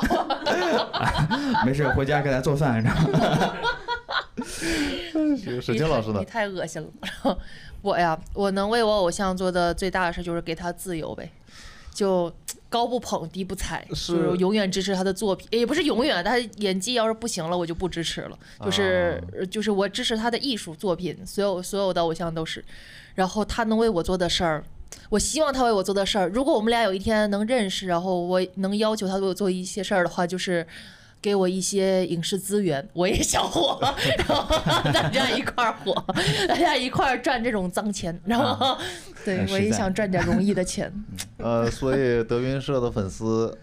[SPEAKER 2] 没事，回家给她做饭，你知道吗？
[SPEAKER 5] 沈清老师呢
[SPEAKER 6] 你？太恶心了。我呀，我能为我偶像做的最大的事就是给他自由呗，就高不捧低不踩，就是永远支持他的作品，也不是永远，他演技要是不行了，我就不支持了，
[SPEAKER 5] 啊
[SPEAKER 6] 就是、呃就是我支持他的艺术作品，所有所有的偶像都是。然后他能为我做的事儿，我希望他为我做的事儿，如果我们俩有一天能认识，然后我能要求他为我做一些事儿的话，就是。给我一些影视资源，我也想
[SPEAKER 7] <laughs>
[SPEAKER 6] 火，然后大家一块儿火，大家一块儿赚这种脏钱，然
[SPEAKER 7] 啊
[SPEAKER 6] 后对
[SPEAKER 7] 哎
[SPEAKER 2] 很实
[SPEAKER 6] 我也
[SPEAKER 2] 在
[SPEAKER 6] 想赚点容易的钱。
[SPEAKER 7] 嗯
[SPEAKER 5] 呃，所以德云社的粉丝，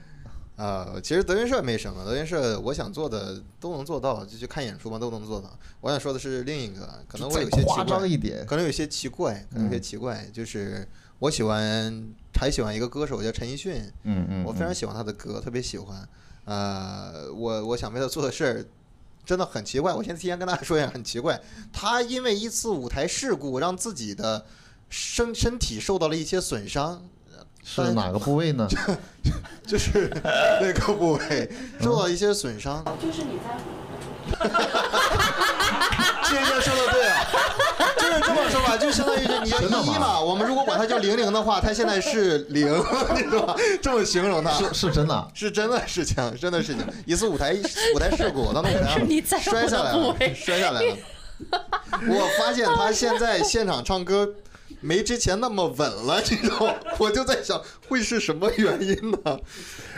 [SPEAKER 7] 啊，其实德云社没什么，德云社我想做的都能做到，就去看演出嘛，都能做到。我想说的是另一个，可能我
[SPEAKER 5] 再
[SPEAKER 7] 有些奇
[SPEAKER 5] 夸张
[SPEAKER 7] 怪，
[SPEAKER 5] 一点，嗯
[SPEAKER 7] 可能有些奇怪，可能有些奇怪，就是我喜欢还喜欢一个歌手叫陈奕迅，
[SPEAKER 5] 嗯嗯，
[SPEAKER 7] 我非常喜欢他的歌，特别喜欢。呃，我我想为他做的事儿真的很奇怪。我先提前跟大家说一下，很奇怪，他因为一次舞台事故让自己的身身体受到了一些损伤，呃
[SPEAKER 5] 是哪个部位呢？
[SPEAKER 7] 就是那个部位受到一些损伤。
[SPEAKER 8] 就是你在乎。
[SPEAKER 7] <laughs> 这个说的对啊，就是这么说吧，就相当于就你要
[SPEAKER 5] 真的
[SPEAKER 7] 一
[SPEAKER 5] 吗
[SPEAKER 7] 嘛，我们如果管它叫零零的话，它现在是零， <laughs> 你知道吧？这么形容它。
[SPEAKER 5] 是是真
[SPEAKER 7] <laughs>
[SPEAKER 5] 的，
[SPEAKER 7] 是真的事情，真的事情。一次舞台舞台事故，我当时舞台
[SPEAKER 1] 你在乎
[SPEAKER 7] 上摔下来
[SPEAKER 1] 的
[SPEAKER 7] 了
[SPEAKER 1] 部位，
[SPEAKER 7] 摔下来了。 <laughs> 我发现他现在现场唱歌没之前那么稳了，你知道吗， <laughs> 我就在想会是什么原因
[SPEAKER 1] <laughs>
[SPEAKER 7] 呢？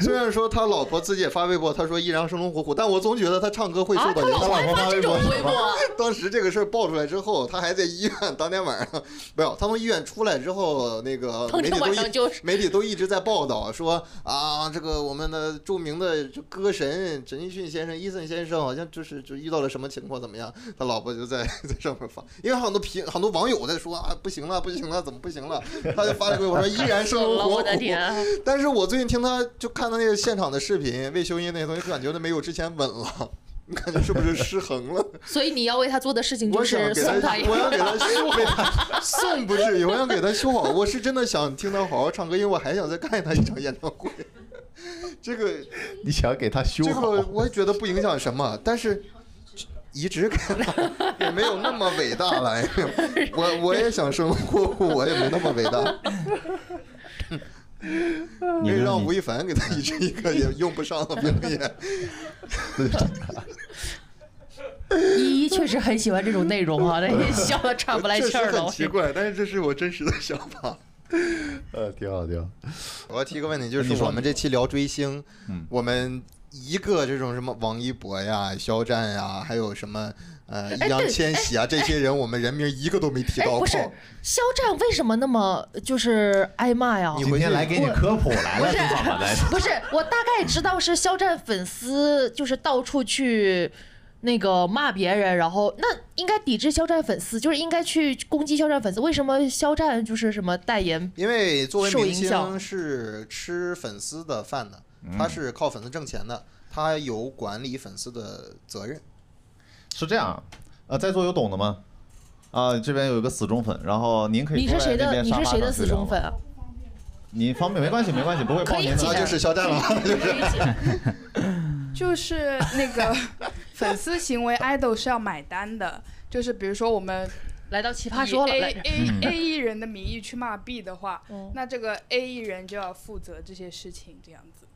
[SPEAKER 7] 虽然说他老婆自己也发微博，他说依然生龙活虎，但我总觉得他唱歌会受
[SPEAKER 1] 啊，
[SPEAKER 7] 到
[SPEAKER 1] 他
[SPEAKER 7] 影响。
[SPEAKER 1] 老还发这种微博，
[SPEAKER 7] <laughs> 当时这个事儿爆出来之后，他还在医院，当天晚上没有，他从医院出来之后，那个
[SPEAKER 1] 当
[SPEAKER 7] 媒
[SPEAKER 1] 天
[SPEAKER 7] 体都
[SPEAKER 1] 晚
[SPEAKER 7] 一
[SPEAKER 1] 上就是
[SPEAKER 7] 媒体都一直在报道说啊，这个我们的著名的这歌神陈奕迅先生、伊森先生，好像就是就遇到了什么情况，怎么样？他老婆就在在上面发，因为很多评很多网友在说啊，不行了，不行了，怎么不行了？他就发了个微博说依然生龙
[SPEAKER 1] 了，
[SPEAKER 7] 活
[SPEAKER 1] 我
[SPEAKER 7] 虎
[SPEAKER 1] 的。
[SPEAKER 6] 啊
[SPEAKER 1] 天！
[SPEAKER 7] 但是我最近听他就看他那个现场的视频，魏修音那些东西，就感觉他没有之前稳了， <laughs> 你感觉是不是失衡了？
[SPEAKER 6] 所以你要为他做的事情就
[SPEAKER 7] 我想
[SPEAKER 6] 是
[SPEAKER 7] 给
[SPEAKER 6] 送
[SPEAKER 7] <laughs>
[SPEAKER 6] 他一
[SPEAKER 7] 我
[SPEAKER 6] 个。
[SPEAKER 7] 要给他修
[SPEAKER 6] <laughs>
[SPEAKER 7] 好，送不至于，我想给他修好。我是真的想听他好好唱歌，因为我还想再看他一场演唱会。 <laughs> 这个
[SPEAKER 5] 你想给他修
[SPEAKER 7] 这
[SPEAKER 5] 好
[SPEAKER 7] 个，我也觉得不影响什么，但是移植给他也没有那么伟大了。哎呦我我也想生活，我也没那么伟大。可
[SPEAKER 2] 你
[SPEAKER 7] 以让
[SPEAKER 2] 让
[SPEAKER 7] 吴
[SPEAKER 2] 你
[SPEAKER 7] 亦凡给他移植一个，也用不上了，表演。
[SPEAKER 6] 依依确实很喜欢这种内容
[SPEAKER 7] <laughs>
[SPEAKER 6] 啊，那也笑得喘不来
[SPEAKER 7] 确
[SPEAKER 6] 气
[SPEAKER 7] 实
[SPEAKER 6] 儿了。
[SPEAKER 7] 很
[SPEAKER 6] 我
[SPEAKER 7] 奇怪，但是这是我真实的想法。
[SPEAKER 5] 呃，挺好挺好。
[SPEAKER 7] 我要提个问题，就是
[SPEAKER 5] 哎你说
[SPEAKER 7] 我们这期聊追星，
[SPEAKER 5] 嗯
[SPEAKER 7] 我们一个这种什么王一博呀、肖战呀，还有什么呃易烊千玺啊，这些人我们人名一个都没提
[SPEAKER 6] 哎，
[SPEAKER 7] 到
[SPEAKER 6] 不
[SPEAKER 7] 过。
[SPEAKER 6] 是，肖战为什么那么就是挨骂呀？
[SPEAKER 7] 你
[SPEAKER 5] 今
[SPEAKER 7] 回去
[SPEAKER 5] 天来给你科普来了，正好
[SPEAKER 7] <laughs>
[SPEAKER 5] 来。
[SPEAKER 6] 不是，我大概知道是肖战粉丝就是到处去那个骂别人，然后那应该抵制肖战粉丝，就是应该去攻击肖战粉丝。为什么肖战就是什么代言？
[SPEAKER 7] 因为作为
[SPEAKER 6] 受
[SPEAKER 7] 明
[SPEAKER 6] 影响
[SPEAKER 7] 星是吃粉丝的饭的，
[SPEAKER 5] 嗯
[SPEAKER 7] 他是靠粉丝挣钱的，他有管理粉丝的责任。
[SPEAKER 5] 是这样，呃，在座有懂的吗？啊，这边有一个死忠粉，然后您可
[SPEAKER 6] <laughs>
[SPEAKER 5] 以
[SPEAKER 6] 你
[SPEAKER 5] 坐
[SPEAKER 6] 是
[SPEAKER 5] 在
[SPEAKER 6] 谁
[SPEAKER 5] 那
[SPEAKER 6] 的？
[SPEAKER 5] 边
[SPEAKER 6] 你
[SPEAKER 5] 沙
[SPEAKER 6] 是
[SPEAKER 5] 发
[SPEAKER 6] 谁
[SPEAKER 5] 上
[SPEAKER 6] 的
[SPEAKER 5] 去
[SPEAKER 6] 死
[SPEAKER 5] 聊
[SPEAKER 6] 忠
[SPEAKER 5] 吧
[SPEAKER 6] 粉？啊？
[SPEAKER 5] 你方便没关系，没关系，不会报
[SPEAKER 6] 可以
[SPEAKER 5] 您
[SPEAKER 6] 记
[SPEAKER 7] 那
[SPEAKER 5] 的。
[SPEAKER 6] 得
[SPEAKER 7] 就是肖战了
[SPEAKER 6] 嗯
[SPEAKER 7] 吗？就是
[SPEAKER 8] <laughs> 就是那个粉丝行为，idol 是要买单的。就是比如说，我们
[SPEAKER 6] 来到奇葩
[SPEAKER 8] 以
[SPEAKER 6] 说了，嗯
[SPEAKER 8] A
[SPEAKER 6] 来
[SPEAKER 8] A A 艺人的名义去骂 B 的话，那这个 A 艺人就要负责这些事情，这样子。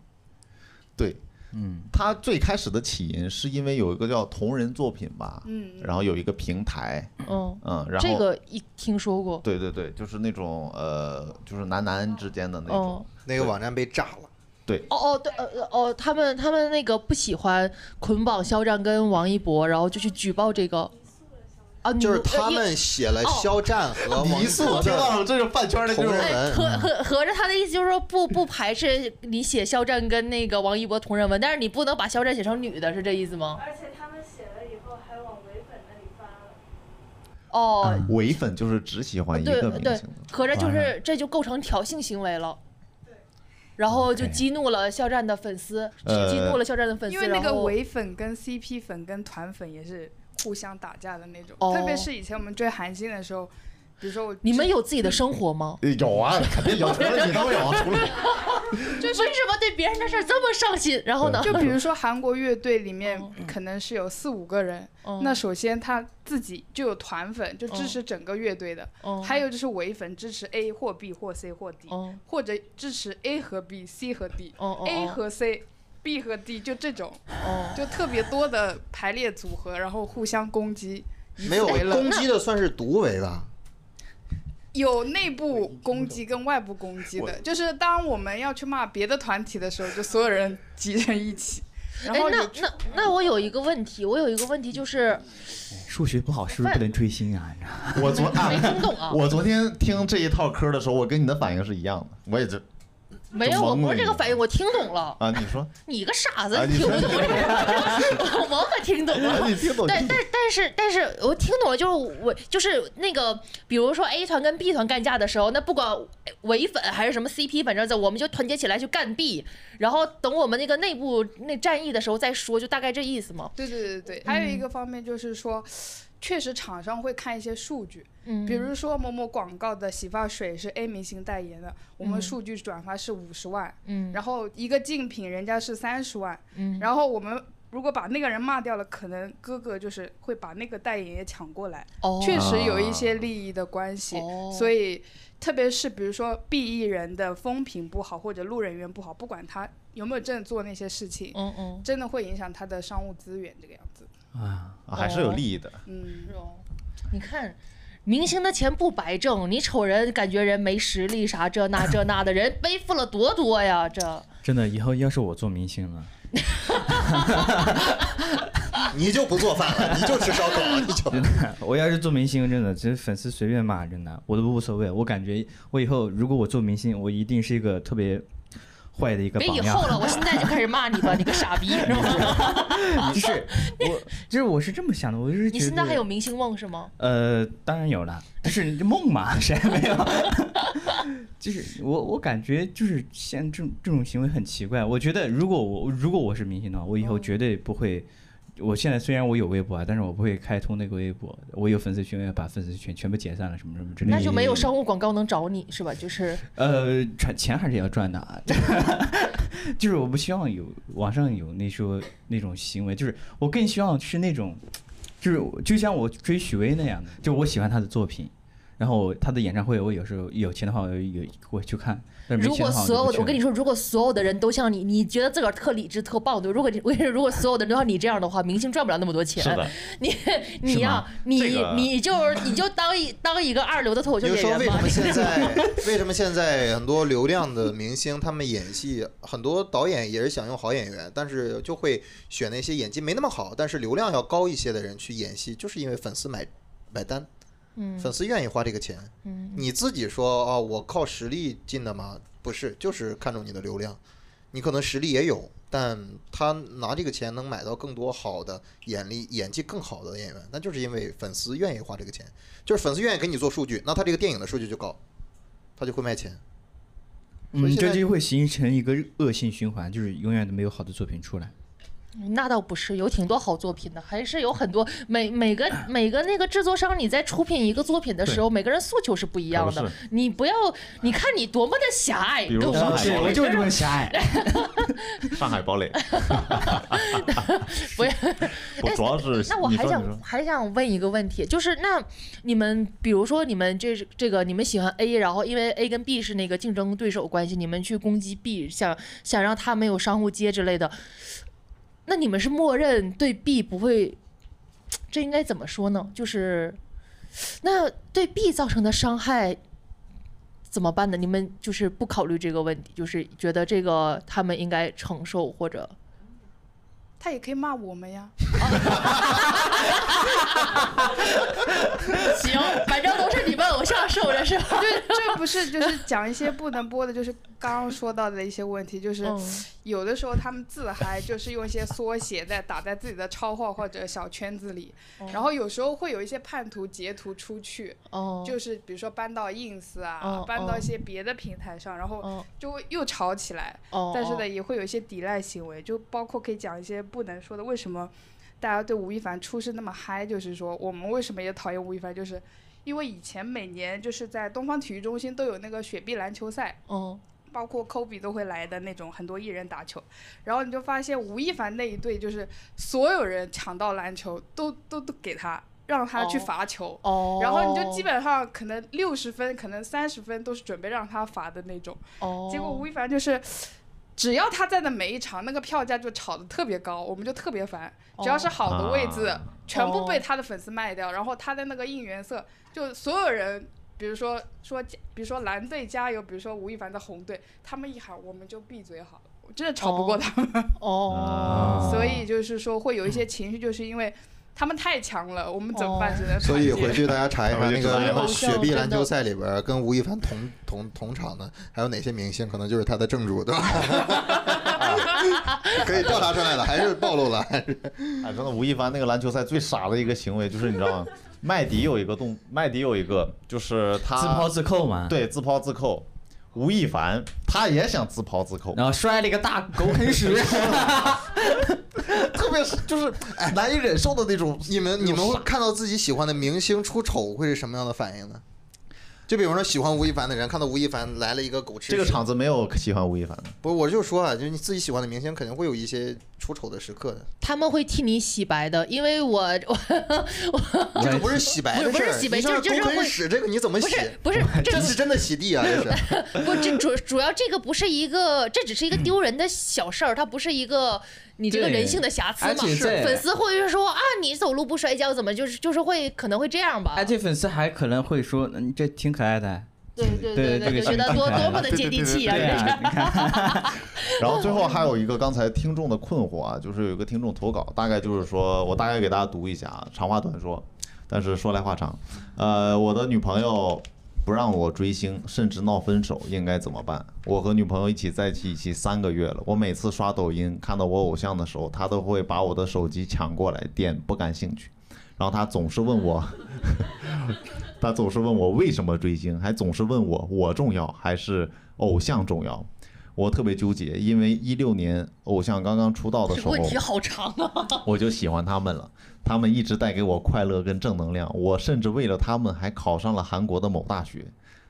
[SPEAKER 5] 对，嗯，他最开始的起因是因为有一个叫同人作品吧，
[SPEAKER 8] 嗯，
[SPEAKER 5] 然后有一个平台，
[SPEAKER 6] 嗯，
[SPEAKER 5] 嗯，然后
[SPEAKER 6] 这个一听说过，
[SPEAKER 5] 对对对，就是那种呃，就是男男之间的那种
[SPEAKER 6] 嗯。，
[SPEAKER 7] <laughs> 那个网站被炸了，
[SPEAKER 6] 哦哦，对，呃呃哦，他们他们那个不喜欢捆绑肖战跟王一博，然后就去举报这个。啊，你
[SPEAKER 7] 就是
[SPEAKER 6] 们
[SPEAKER 7] 他
[SPEAKER 6] 呃因
[SPEAKER 7] 们写了肖战和
[SPEAKER 6] 哦
[SPEAKER 7] 王一博的
[SPEAKER 5] 了，这是饭圈
[SPEAKER 6] 呃
[SPEAKER 5] 的
[SPEAKER 7] 同人文。
[SPEAKER 5] 嗯
[SPEAKER 6] 合合合着他的意思就是说不不排斥你写肖战跟那个王一博同人文，但是你不能把肖战写成女的，是这意思吗？
[SPEAKER 8] 而且他们写了以后还往伪粉那里发了。
[SPEAKER 6] 哦，
[SPEAKER 5] 伪粉就是只喜欢一
[SPEAKER 6] 对
[SPEAKER 5] 个明
[SPEAKER 6] 对
[SPEAKER 5] 星的，
[SPEAKER 6] 合着就是这就构成挑衅行为了。然后就激怒了肖战的粉丝，
[SPEAKER 5] 呃
[SPEAKER 6] 激怒了肖战的粉丝，
[SPEAKER 8] 因为那
[SPEAKER 6] 然
[SPEAKER 8] 个
[SPEAKER 6] 后
[SPEAKER 8] 伪粉跟 CP 粉跟团粉也是互相打架的那种，
[SPEAKER 6] 哦
[SPEAKER 8] 特别是以前我们追韩星的时候，比如说我
[SPEAKER 6] 你们有自己的生活吗？
[SPEAKER 5] 有啊，肯定有，除了你都有，啊除了
[SPEAKER 6] 为什么对别人的事儿这么上心？然后呢？
[SPEAKER 8] 就比如说韩国乐队里面
[SPEAKER 6] 哦
[SPEAKER 8] 可能是有四五个人，
[SPEAKER 6] 嗯
[SPEAKER 8] 那首先他自己就有团粉，就
[SPEAKER 6] 哦
[SPEAKER 8] 支持整个乐队的，
[SPEAKER 6] 嗯
[SPEAKER 8] 还有就是伪粉支持 A 或 B 或 C 或 D，、
[SPEAKER 6] 嗯
[SPEAKER 8] 或者支持 A 和 B，C 和 D，A、
[SPEAKER 6] 哦哦哦
[SPEAKER 8] 和 C。B 和 D 就这种，
[SPEAKER 6] 哦，
[SPEAKER 8] 就特别多的排列组合，然后互相攻击，以
[SPEAKER 7] 没有
[SPEAKER 8] 此为乐
[SPEAKER 7] 攻击的算是独为吧？
[SPEAKER 8] 有内部攻击跟外部攻击的，就是当我们要去骂别的团体的时候，就所有人集成一起，然
[SPEAKER 6] 哎
[SPEAKER 8] 后，
[SPEAKER 6] 那
[SPEAKER 8] 有
[SPEAKER 6] 那那我有一个问题，我有一个问题就是
[SPEAKER 2] 数学不好是不是不能追星啊？你知道吗
[SPEAKER 5] <laughs> 我昨啊
[SPEAKER 6] 没，听懂啊，
[SPEAKER 5] 我昨天听这一套嗑的时候，我跟你的反应是一样的，我也就
[SPEAKER 6] 没有，
[SPEAKER 5] 就
[SPEAKER 6] 我
[SPEAKER 5] 懵
[SPEAKER 6] 不
[SPEAKER 5] 了
[SPEAKER 6] 是这个
[SPEAKER 5] 一下 <laughs>
[SPEAKER 6] 反应，我听懂了。
[SPEAKER 5] 啊，你说
[SPEAKER 6] 你个傻子，
[SPEAKER 5] 啊
[SPEAKER 6] 你
[SPEAKER 5] 你
[SPEAKER 6] 听不
[SPEAKER 5] 说。
[SPEAKER 6] 懂这个，我可听懂了
[SPEAKER 5] 哎你听懂
[SPEAKER 6] 对，
[SPEAKER 5] 听
[SPEAKER 6] 但
[SPEAKER 5] 懂
[SPEAKER 6] 但是但是我听懂了，就是我就是那个，比如说 A 团跟 B 团干架的时候，那不管唯粉还是什么 CP，反正在我们就团结起来去干 B，然后等我们那个内部那战役的时候再说，就大概这意思嘛。
[SPEAKER 8] 对对对对，
[SPEAKER 6] 嗯
[SPEAKER 8] 还有一个方面就是说，确实厂商会看一些数据，
[SPEAKER 6] 嗯，
[SPEAKER 8] 比如说某某广告的洗发水是 A 明星代言的，我们
[SPEAKER 6] 嗯
[SPEAKER 8] 数据转发是五十万，
[SPEAKER 6] 嗯，
[SPEAKER 8] 然后一个竞品人家是三十万，
[SPEAKER 6] 嗯
[SPEAKER 8] 然后我们如果把那个人骂掉了，可能哥哥就是会把那个代言也抢过来，
[SPEAKER 6] 哦
[SPEAKER 8] 确实有一些利益的关系，
[SPEAKER 6] 哦
[SPEAKER 8] 所以特别是比如说 B 艺人的风评不好或者路人缘不好，不管他有没有真的做那些事情，
[SPEAKER 6] 嗯嗯，
[SPEAKER 8] 真的会影响他的商务资源这个样子。
[SPEAKER 5] 啊还是有利益
[SPEAKER 6] 哦
[SPEAKER 5] 的。
[SPEAKER 8] 嗯，
[SPEAKER 6] 你看。明星的钱不白挣，你瞅人感觉人没实力啥这那这那的，人背负了多多呀，这
[SPEAKER 2] 真的，以后要是我做明星了，
[SPEAKER 7] 你就不做饭了，你就吃烧烤，你就
[SPEAKER 2] 真的， <laughs> 我要是做明星，真的，这粉丝随便骂，真的，我都无所谓。我感觉我以后如果我做明星，我一定是一个特别坏的一个
[SPEAKER 6] 别
[SPEAKER 2] 榜
[SPEAKER 6] 以
[SPEAKER 2] 样
[SPEAKER 6] 后。了，我现在就开始骂你吧，你个傻
[SPEAKER 7] <laughs>
[SPEAKER 6] 逼是吗？
[SPEAKER 2] 就是
[SPEAKER 6] <laughs>
[SPEAKER 2] 我，就是我是这么想的，我就是
[SPEAKER 6] 你
[SPEAKER 2] 觉
[SPEAKER 6] 现在
[SPEAKER 2] 得
[SPEAKER 6] 还有明星梦是吗？
[SPEAKER 2] 呃，当然有了，但是你这梦嘛， <laughs> 谁还没有？就是我，我感觉就是现在这种这种行为很奇怪。我觉得如果我如果我是明星的话，我以
[SPEAKER 6] 嗯
[SPEAKER 2] 后绝对不会。我现在虽然我有微博啊，但是我不会开通那个微博。我有粉丝群，我也把粉丝群全部解散了，什么什么之类的。
[SPEAKER 6] 那就没有商务广告能找你是吧？就是
[SPEAKER 2] 呃，赚钱还是要赚的啊， <laughs> 就是我不希望有网上有那说那种行为，就是我更希望是那种，就是我就像我追许巍那样的，就我喜欢他的作品，然后他的演唱会，我有时候有钱的话我有我去看，但是没
[SPEAKER 6] 如
[SPEAKER 2] 钱
[SPEAKER 6] 果
[SPEAKER 2] 的话
[SPEAKER 6] 所有
[SPEAKER 2] 我
[SPEAKER 6] 的，我跟你
[SPEAKER 2] 说，
[SPEAKER 6] 说，如果所有的人都像你，你觉得自个儿特理智、特棒，对吧？如果你我 <laughs> 跟你说，如果所有的人都像你这样的话，明星赚不了那么多钱。
[SPEAKER 5] 是的，
[SPEAKER 7] <laughs>
[SPEAKER 6] 你你呀、你、
[SPEAKER 5] 这个
[SPEAKER 6] 你就是你就当一当一个二流的脱口秀
[SPEAKER 7] 你就
[SPEAKER 6] 演
[SPEAKER 7] 说
[SPEAKER 6] 员
[SPEAKER 7] 为
[SPEAKER 6] 吧
[SPEAKER 7] 什。么现在为什么现在很多流量的明星他们演戏，很多导演也是想用好演员，但是就会选那些演技没那么好，但是流量要高一些的人去演戏，就是因为粉丝买买单，
[SPEAKER 6] 嗯
[SPEAKER 7] 粉丝愿意花这个钱。你自己说啊，我靠实力进的吗？不是，就是看中你的流量，你可能实力也有。但他拿这个钱能买到更多好的演力、演技更好的演员，那就是因为粉丝愿意花这个钱。就是粉丝愿意给你做数据，那他这个电影的数据就高，他就会卖钱。所
[SPEAKER 2] 嗯，
[SPEAKER 7] 以现在
[SPEAKER 2] 这就会形成一个恶性循环，就是永远都没有好的作品出来。
[SPEAKER 6] 那倒不是，有挺多好作品的，还是有很多每每个每个那个制作商，你在出品一个作品的时候，每个人诉求是不一样
[SPEAKER 5] 可
[SPEAKER 6] 的
[SPEAKER 5] 不。
[SPEAKER 6] 你不要，你看你多么的狭隘，
[SPEAKER 5] 比如
[SPEAKER 6] 对不
[SPEAKER 5] 上
[SPEAKER 6] 对
[SPEAKER 5] 海
[SPEAKER 2] 我
[SPEAKER 5] 堡垒，
[SPEAKER 2] 嗯就是这么哎狭隘。
[SPEAKER 5] 上海堡垒，
[SPEAKER 6] <laughs>
[SPEAKER 5] <laughs>
[SPEAKER 6] 不要哎
[SPEAKER 5] 我主要是
[SPEAKER 6] 那我
[SPEAKER 5] 你
[SPEAKER 6] 还
[SPEAKER 5] 说你
[SPEAKER 6] 想
[SPEAKER 5] 说
[SPEAKER 6] 还想问一个问题，就是那你们比如说你们这这个你们喜欢 A，然后因为 A 跟 B 是那个竞争对手关系，你们去攻击 B，想想让他没有商务接之类的，那你们是默认对 B 不会，这应该怎么说呢？就是那对 B 造成的伤害。怎么办呢？你们就是不考虑这个问题，就是觉得这个他们应该承受，或者
[SPEAKER 8] 他也可以骂我们呀。
[SPEAKER 6] 行，反正都是你们偶像受着是
[SPEAKER 8] <laughs>
[SPEAKER 6] 吧？
[SPEAKER 8] 这这不是就是讲一些不能播的，就是刚刚说到的一些问题，就是
[SPEAKER 6] 嗯
[SPEAKER 8] 有的时候他们自嗨，就是用一些缩写在打在自己的超话或者小圈子里，然后有时候会有一些叛徒截图出去，
[SPEAKER 6] 哦，
[SPEAKER 8] 就是比如说搬到 ins 啊
[SPEAKER 6] 哦，
[SPEAKER 8] 搬到
[SPEAKER 6] 哦
[SPEAKER 8] 一些别的平台上，然后
[SPEAKER 6] 哦
[SPEAKER 8] 就会又吵起来。
[SPEAKER 6] 哦，
[SPEAKER 8] 但是
[SPEAKER 6] 哦
[SPEAKER 8] 呢，也会有一些抵赖行为，就包括可以讲一些不能说的。为什么大家对吴亦凡出事那么嗨？就是说，我们为什么也讨厌吴亦凡？就是因为以前每年就是在东方体育中心都有那个雪碧篮球赛，
[SPEAKER 6] 嗯
[SPEAKER 8] 包括科比都会来的那种，很多艺人打球。然后你就发现吴亦凡那一队就是所有人抢到篮球都都都给他，让他去
[SPEAKER 6] 哦
[SPEAKER 8] 罚球。
[SPEAKER 6] 哦，
[SPEAKER 8] 然后你就基本上可能六十分，可能三十分都是准备让他罚的那种。
[SPEAKER 6] 哦，
[SPEAKER 8] 结果吴亦凡就是，只要他在的每一场，那个票价就炒得特别高，我们就特别烦。只
[SPEAKER 6] 哦
[SPEAKER 8] 要是好的位置，
[SPEAKER 5] 啊
[SPEAKER 8] 全部被他的粉丝卖掉，然后他的那个应援色，就所有人，比如说说，比如说蓝队加油，比如说吴亦凡的红队，他们一喊我们就闭嘴好了，我真的吵不过他们。
[SPEAKER 6] 哦，
[SPEAKER 5] 啊
[SPEAKER 8] 所以就是说会有一些情绪，就是因为他们太强了，我们怎么办？
[SPEAKER 6] 哦
[SPEAKER 8] 只能
[SPEAKER 7] 所以
[SPEAKER 8] 团结
[SPEAKER 7] 回去大家查一查那个
[SPEAKER 6] 偶像
[SPEAKER 7] 雪碧篮
[SPEAKER 6] 真
[SPEAKER 7] 球
[SPEAKER 6] 的
[SPEAKER 7] 赛里边
[SPEAKER 6] <laughs>
[SPEAKER 7] 儿跟吴亦凡同同同场的还有哪些明星，可能就是他的正主，对吧？啊可以调查出来了，还是暴露了。
[SPEAKER 5] 哎，真的，吴亦凡那个篮球赛最傻的一个行为就是你知道吗？麦迪有一个动，麦迪有一个就是
[SPEAKER 2] <laughs>
[SPEAKER 5] 他
[SPEAKER 2] 自抛自扣嘛。，
[SPEAKER 5] 对自抛自扣，吴亦凡他也想自抛自扣，
[SPEAKER 2] 然后摔了一个大狗啃 <laughs> 屎。
[SPEAKER 5] 特别是就是哎难以忍受的那种。
[SPEAKER 7] 你们你们会看到自己喜欢的明星出丑会是什么样的反应呢？就比方说喜欢吴亦凡的人，看到吴亦凡来了一个狗吃屎
[SPEAKER 5] 这个场子没有喜欢吴亦凡的，
[SPEAKER 7] 不是，我就说啊，就是你自己喜欢的明星肯定会有一些出丑的时刻的，
[SPEAKER 6] 他们会替你洗白的，因为我我
[SPEAKER 7] 这个不是洗白的
[SPEAKER 6] 不
[SPEAKER 7] 事
[SPEAKER 6] 是
[SPEAKER 7] 儿，
[SPEAKER 6] 洗白
[SPEAKER 7] 你像
[SPEAKER 6] 就是就是
[SPEAKER 7] 狗啃
[SPEAKER 6] 会
[SPEAKER 7] 屎这个你怎么
[SPEAKER 6] 不
[SPEAKER 7] 洗？
[SPEAKER 6] 是不是这
[SPEAKER 7] 这
[SPEAKER 6] 个
[SPEAKER 7] 是真的洗地
[SPEAKER 5] <laughs>
[SPEAKER 7] 啊，这是。
[SPEAKER 6] 不这主主要这个不是一个，这只是一个丢人的小事儿，它不是一个你这个
[SPEAKER 2] 对
[SPEAKER 6] 人性的瑕疵
[SPEAKER 2] 而
[SPEAKER 6] 嘛。
[SPEAKER 2] 且在
[SPEAKER 6] 粉丝会说啊，你走路不摔跤，怎么就是就是会可能会这样吧
[SPEAKER 2] <laughs> 哎，？这粉丝还可能会说，嗯，这挺可爱的。
[SPEAKER 6] 对对
[SPEAKER 2] 对这
[SPEAKER 6] 对，
[SPEAKER 2] 个
[SPEAKER 6] 就觉得
[SPEAKER 2] 心
[SPEAKER 6] 多
[SPEAKER 2] 态
[SPEAKER 6] 多么的接地气啊！这是
[SPEAKER 2] <laughs> 啊，你看，
[SPEAKER 5] 然后最后还有一个刚才听众的困惑啊，就是有一个听众投稿，大概就是说我大概给大家读一下啊，长话短说，但是说来话长。呃，我的女朋友不让我追星，甚至闹分手，应该怎么办？我和女朋友一起在一起已经三个月了，我每次刷抖音看到我偶像的时候，她都会把我的手机抢过来点，不感兴趣。 <laughs> 然后她总是问我， <laughs> 她总是问我为什么追星，还总是问我我重要还是偶像重要。我特别纠结，因为一六年偶像刚刚出道的
[SPEAKER 6] 这
[SPEAKER 5] 时
[SPEAKER 6] 个
[SPEAKER 5] 候，
[SPEAKER 6] 问题好长啊！
[SPEAKER 5] 我就喜欢他们了。他们一直带给我快乐跟正能量，我甚至为了他们还考上了韩国的某大学。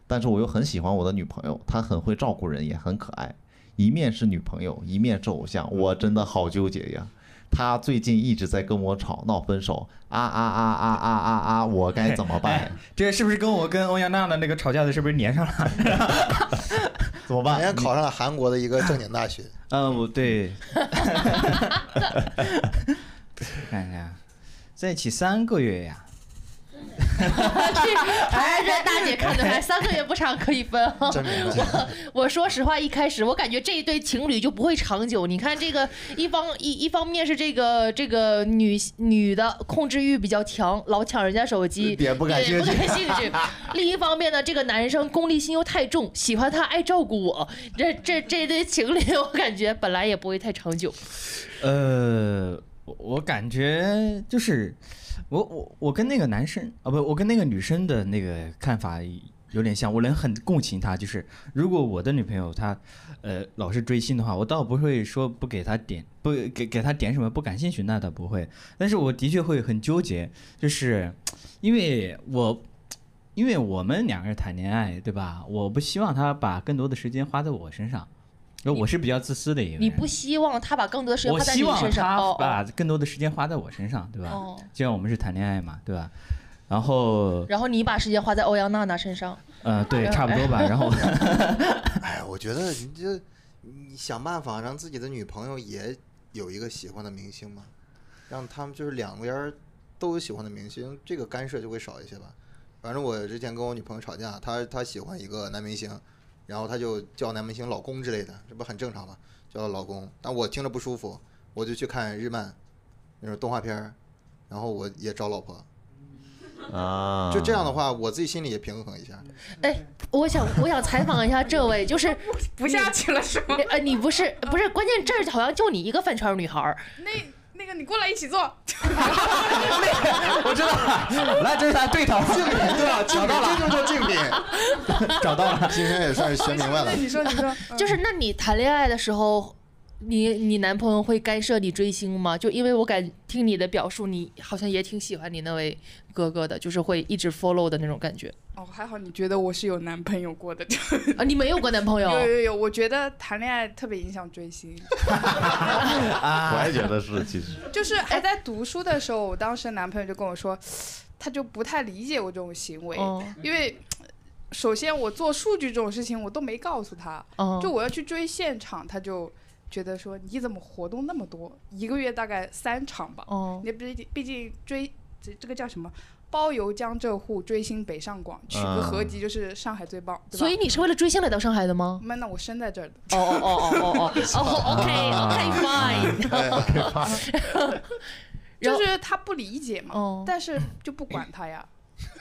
[SPEAKER 5] 但是我又很喜欢我的女朋友，她很会照顾人，也很可爱。一面是女朋友，一面是偶像，我真的好纠结呀。她最近一直在跟我吵闹分手，啊啊啊啊啊啊啊！我该怎么办？
[SPEAKER 2] 这是不是跟我跟欧阳娜娜那个吵架的，是不是粘上了？
[SPEAKER 5] 怎么
[SPEAKER 7] 人家
[SPEAKER 5] 办？
[SPEAKER 7] 考上了韩国的一个正
[SPEAKER 5] <laughs>
[SPEAKER 7] 经大学，
[SPEAKER 2] 嗯，我对。 <laughs> 看一下，啊在一起三个月呀，
[SPEAKER 6] 还是大姐看得出来，三个月不长可以分啊。
[SPEAKER 7] 真明
[SPEAKER 6] <laughs>
[SPEAKER 7] 白。
[SPEAKER 6] 我说实话，一开始我感觉这一对情侣就不会长久。你看这个一方一一方面是这个这个女女的控制欲比较强，老抢人家手机，
[SPEAKER 5] 也不感
[SPEAKER 6] 也
[SPEAKER 5] 兴
[SPEAKER 6] 不
[SPEAKER 5] 趣。
[SPEAKER 6] 感兴
[SPEAKER 2] <laughs>
[SPEAKER 6] 趣。另一方面呢，这个男生功利心又太重，喜欢他爱照顾我，这这这对情侣，我感觉本来也不会太长久。
[SPEAKER 2] 呃，我我感觉就是，我我我跟那个男生啊，不，我跟那个女生的那个看法有点像，我能很共情她。就是如果我的女朋友她，呃，老是追星的话，我倒不会说不给她点，不给给她点什么不感兴趣，那倒不会。但是我的确会很纠结，就是因为我。因为我们两个人谈恋爱，对吧？我不希望她把更多的时间花在我身上，因为我是比较自私的一个人。
[SPEAKER 6] 你不希望他把更多的时间
[SPEAKER 2] 我
[SPEAKER 6] 花在你
[SPEAKER 2] 希望
[SPEAKER 6] 身上，
[SPEAKER 2] 他
[SPEAKER 6] 哦哦
[SPEAKER 2] 把更多的时间花在我身上，对吧？
[SPEAKER 6] 哦，
[SPEAKER 2] 就像我们是谈恋爱嘛，对吧？然后，
[SPEAKER 6] 然后你把时间花在欧阳娜娜身上，
[SPEAKER 2] 呃，对，差不多
[SPEAKER 6] <laughs>
[SPEAKER 2] 吧。然后，
[SPEAKER 7] 哎，我觉得你这你想办法让自己的女朋友也有一个喜欢的明星嘛，让他们就是两边儿都有喜欢的明星，这个干涉就会少一些吧。反正我之前跟我女朋友吵架，她她喜欢一个男明星，然后她就叫男明星老公之类的，这不很正常吗？叫他老公，但我听着不舒服，我就去看日漫那种动画片儿，然后我也找老婆，
[SPEAKER 5] 啊，
[SPEAKER 7] 就这样的话，我自己心里也平衡一下。
[SPEAKER 6] 哎，我想我想采访一下这位，就是
[SPEAKER 8] 不下去了是吗？
[SPEAKER 6] 呃，你不是不是，关键这儿好像就你一个饭圈女孩儿，
[SPEAKER 8] 那那个你过来一起做，
[SPEAKER 2] 我知道
[SPEAKER 7] <laughs>
[SPEAKER 2] 了，来，这是他对头，对了，
[SPEAKER 7] 这
[SPEAKER 2] 找到了，
[SPEAKER 7] 就叫竞品， <laughs>
[SPEAKER 2] 找到了。
[SPEAKER 7] 今天也算是学明白了
[SPEAKER 8] 那。你说你
[SPEAKER 6] <laughs>
[SPEAKER 8] 说，嗯
[SPEAKER 6] 就是那你谈恋爱的时候，你你男朋友会干涉你追星吗？就因为我感听你的表述，你好像也挺喜欢你那位哥哥的，就是会一直 follow 的那种感觉
[SPEAKER 8] 哦，还好你觉得我是有男朋友过的，
[SPEAKER 6] 啊。你没有过男朋友？
[SPEAKER 8] <laughs> 有有有，我觉得谈恋爱特别影响
[SPEAKER 6] <laughs>
[SPEAKER 8] 追星。
[SPEAKER 5] 我也觉得是，其实
[SPEAKER 8] 就是哎，在读书的时候，我当时男朋友就跟我说， <sniffs> 他就不太理解我这种行为，
[SPEAKER 6] 嗯
[SPEAKER 8] 因为 <sniffs> 首先我做数据这种事情我都没告诉他，
[SPEAKER 6] 嗯，
[SPEAKER 8] 就我要去追现场，他就觉得说你怎么活动那么多，一个月大概三场吧，
[SPEAKER 6] 哦
[SPEAKER 8] 你毕竟毕竟追这这个叫什么？包邮江浙沪，追星北上广，取个合集就是上海最棒，对吧？
[SPEAKER 6] 嗯
[SPEAKER 8] 哦
[SPEAKER 6] 所以你是为了追星来到上海的
[SPEAKER 8] <laughs>
[SPEAKER 6] 吗？
[SPEAKER 8] 那那我生在这儿的，
[SPEAKER 6] 哦哦哦哦哦哦哦，OK
[SPEAKER 8] <laughs>
[SPEAKER 6] OK fine，然
[SPEAKER 8] 就
[SPEAKER 6] 后
[SPEAKER 8] 是他不理解嘛，
[SPEAKER 6] 哦嗯
[SPEAKER 8] 但是就不管他呀。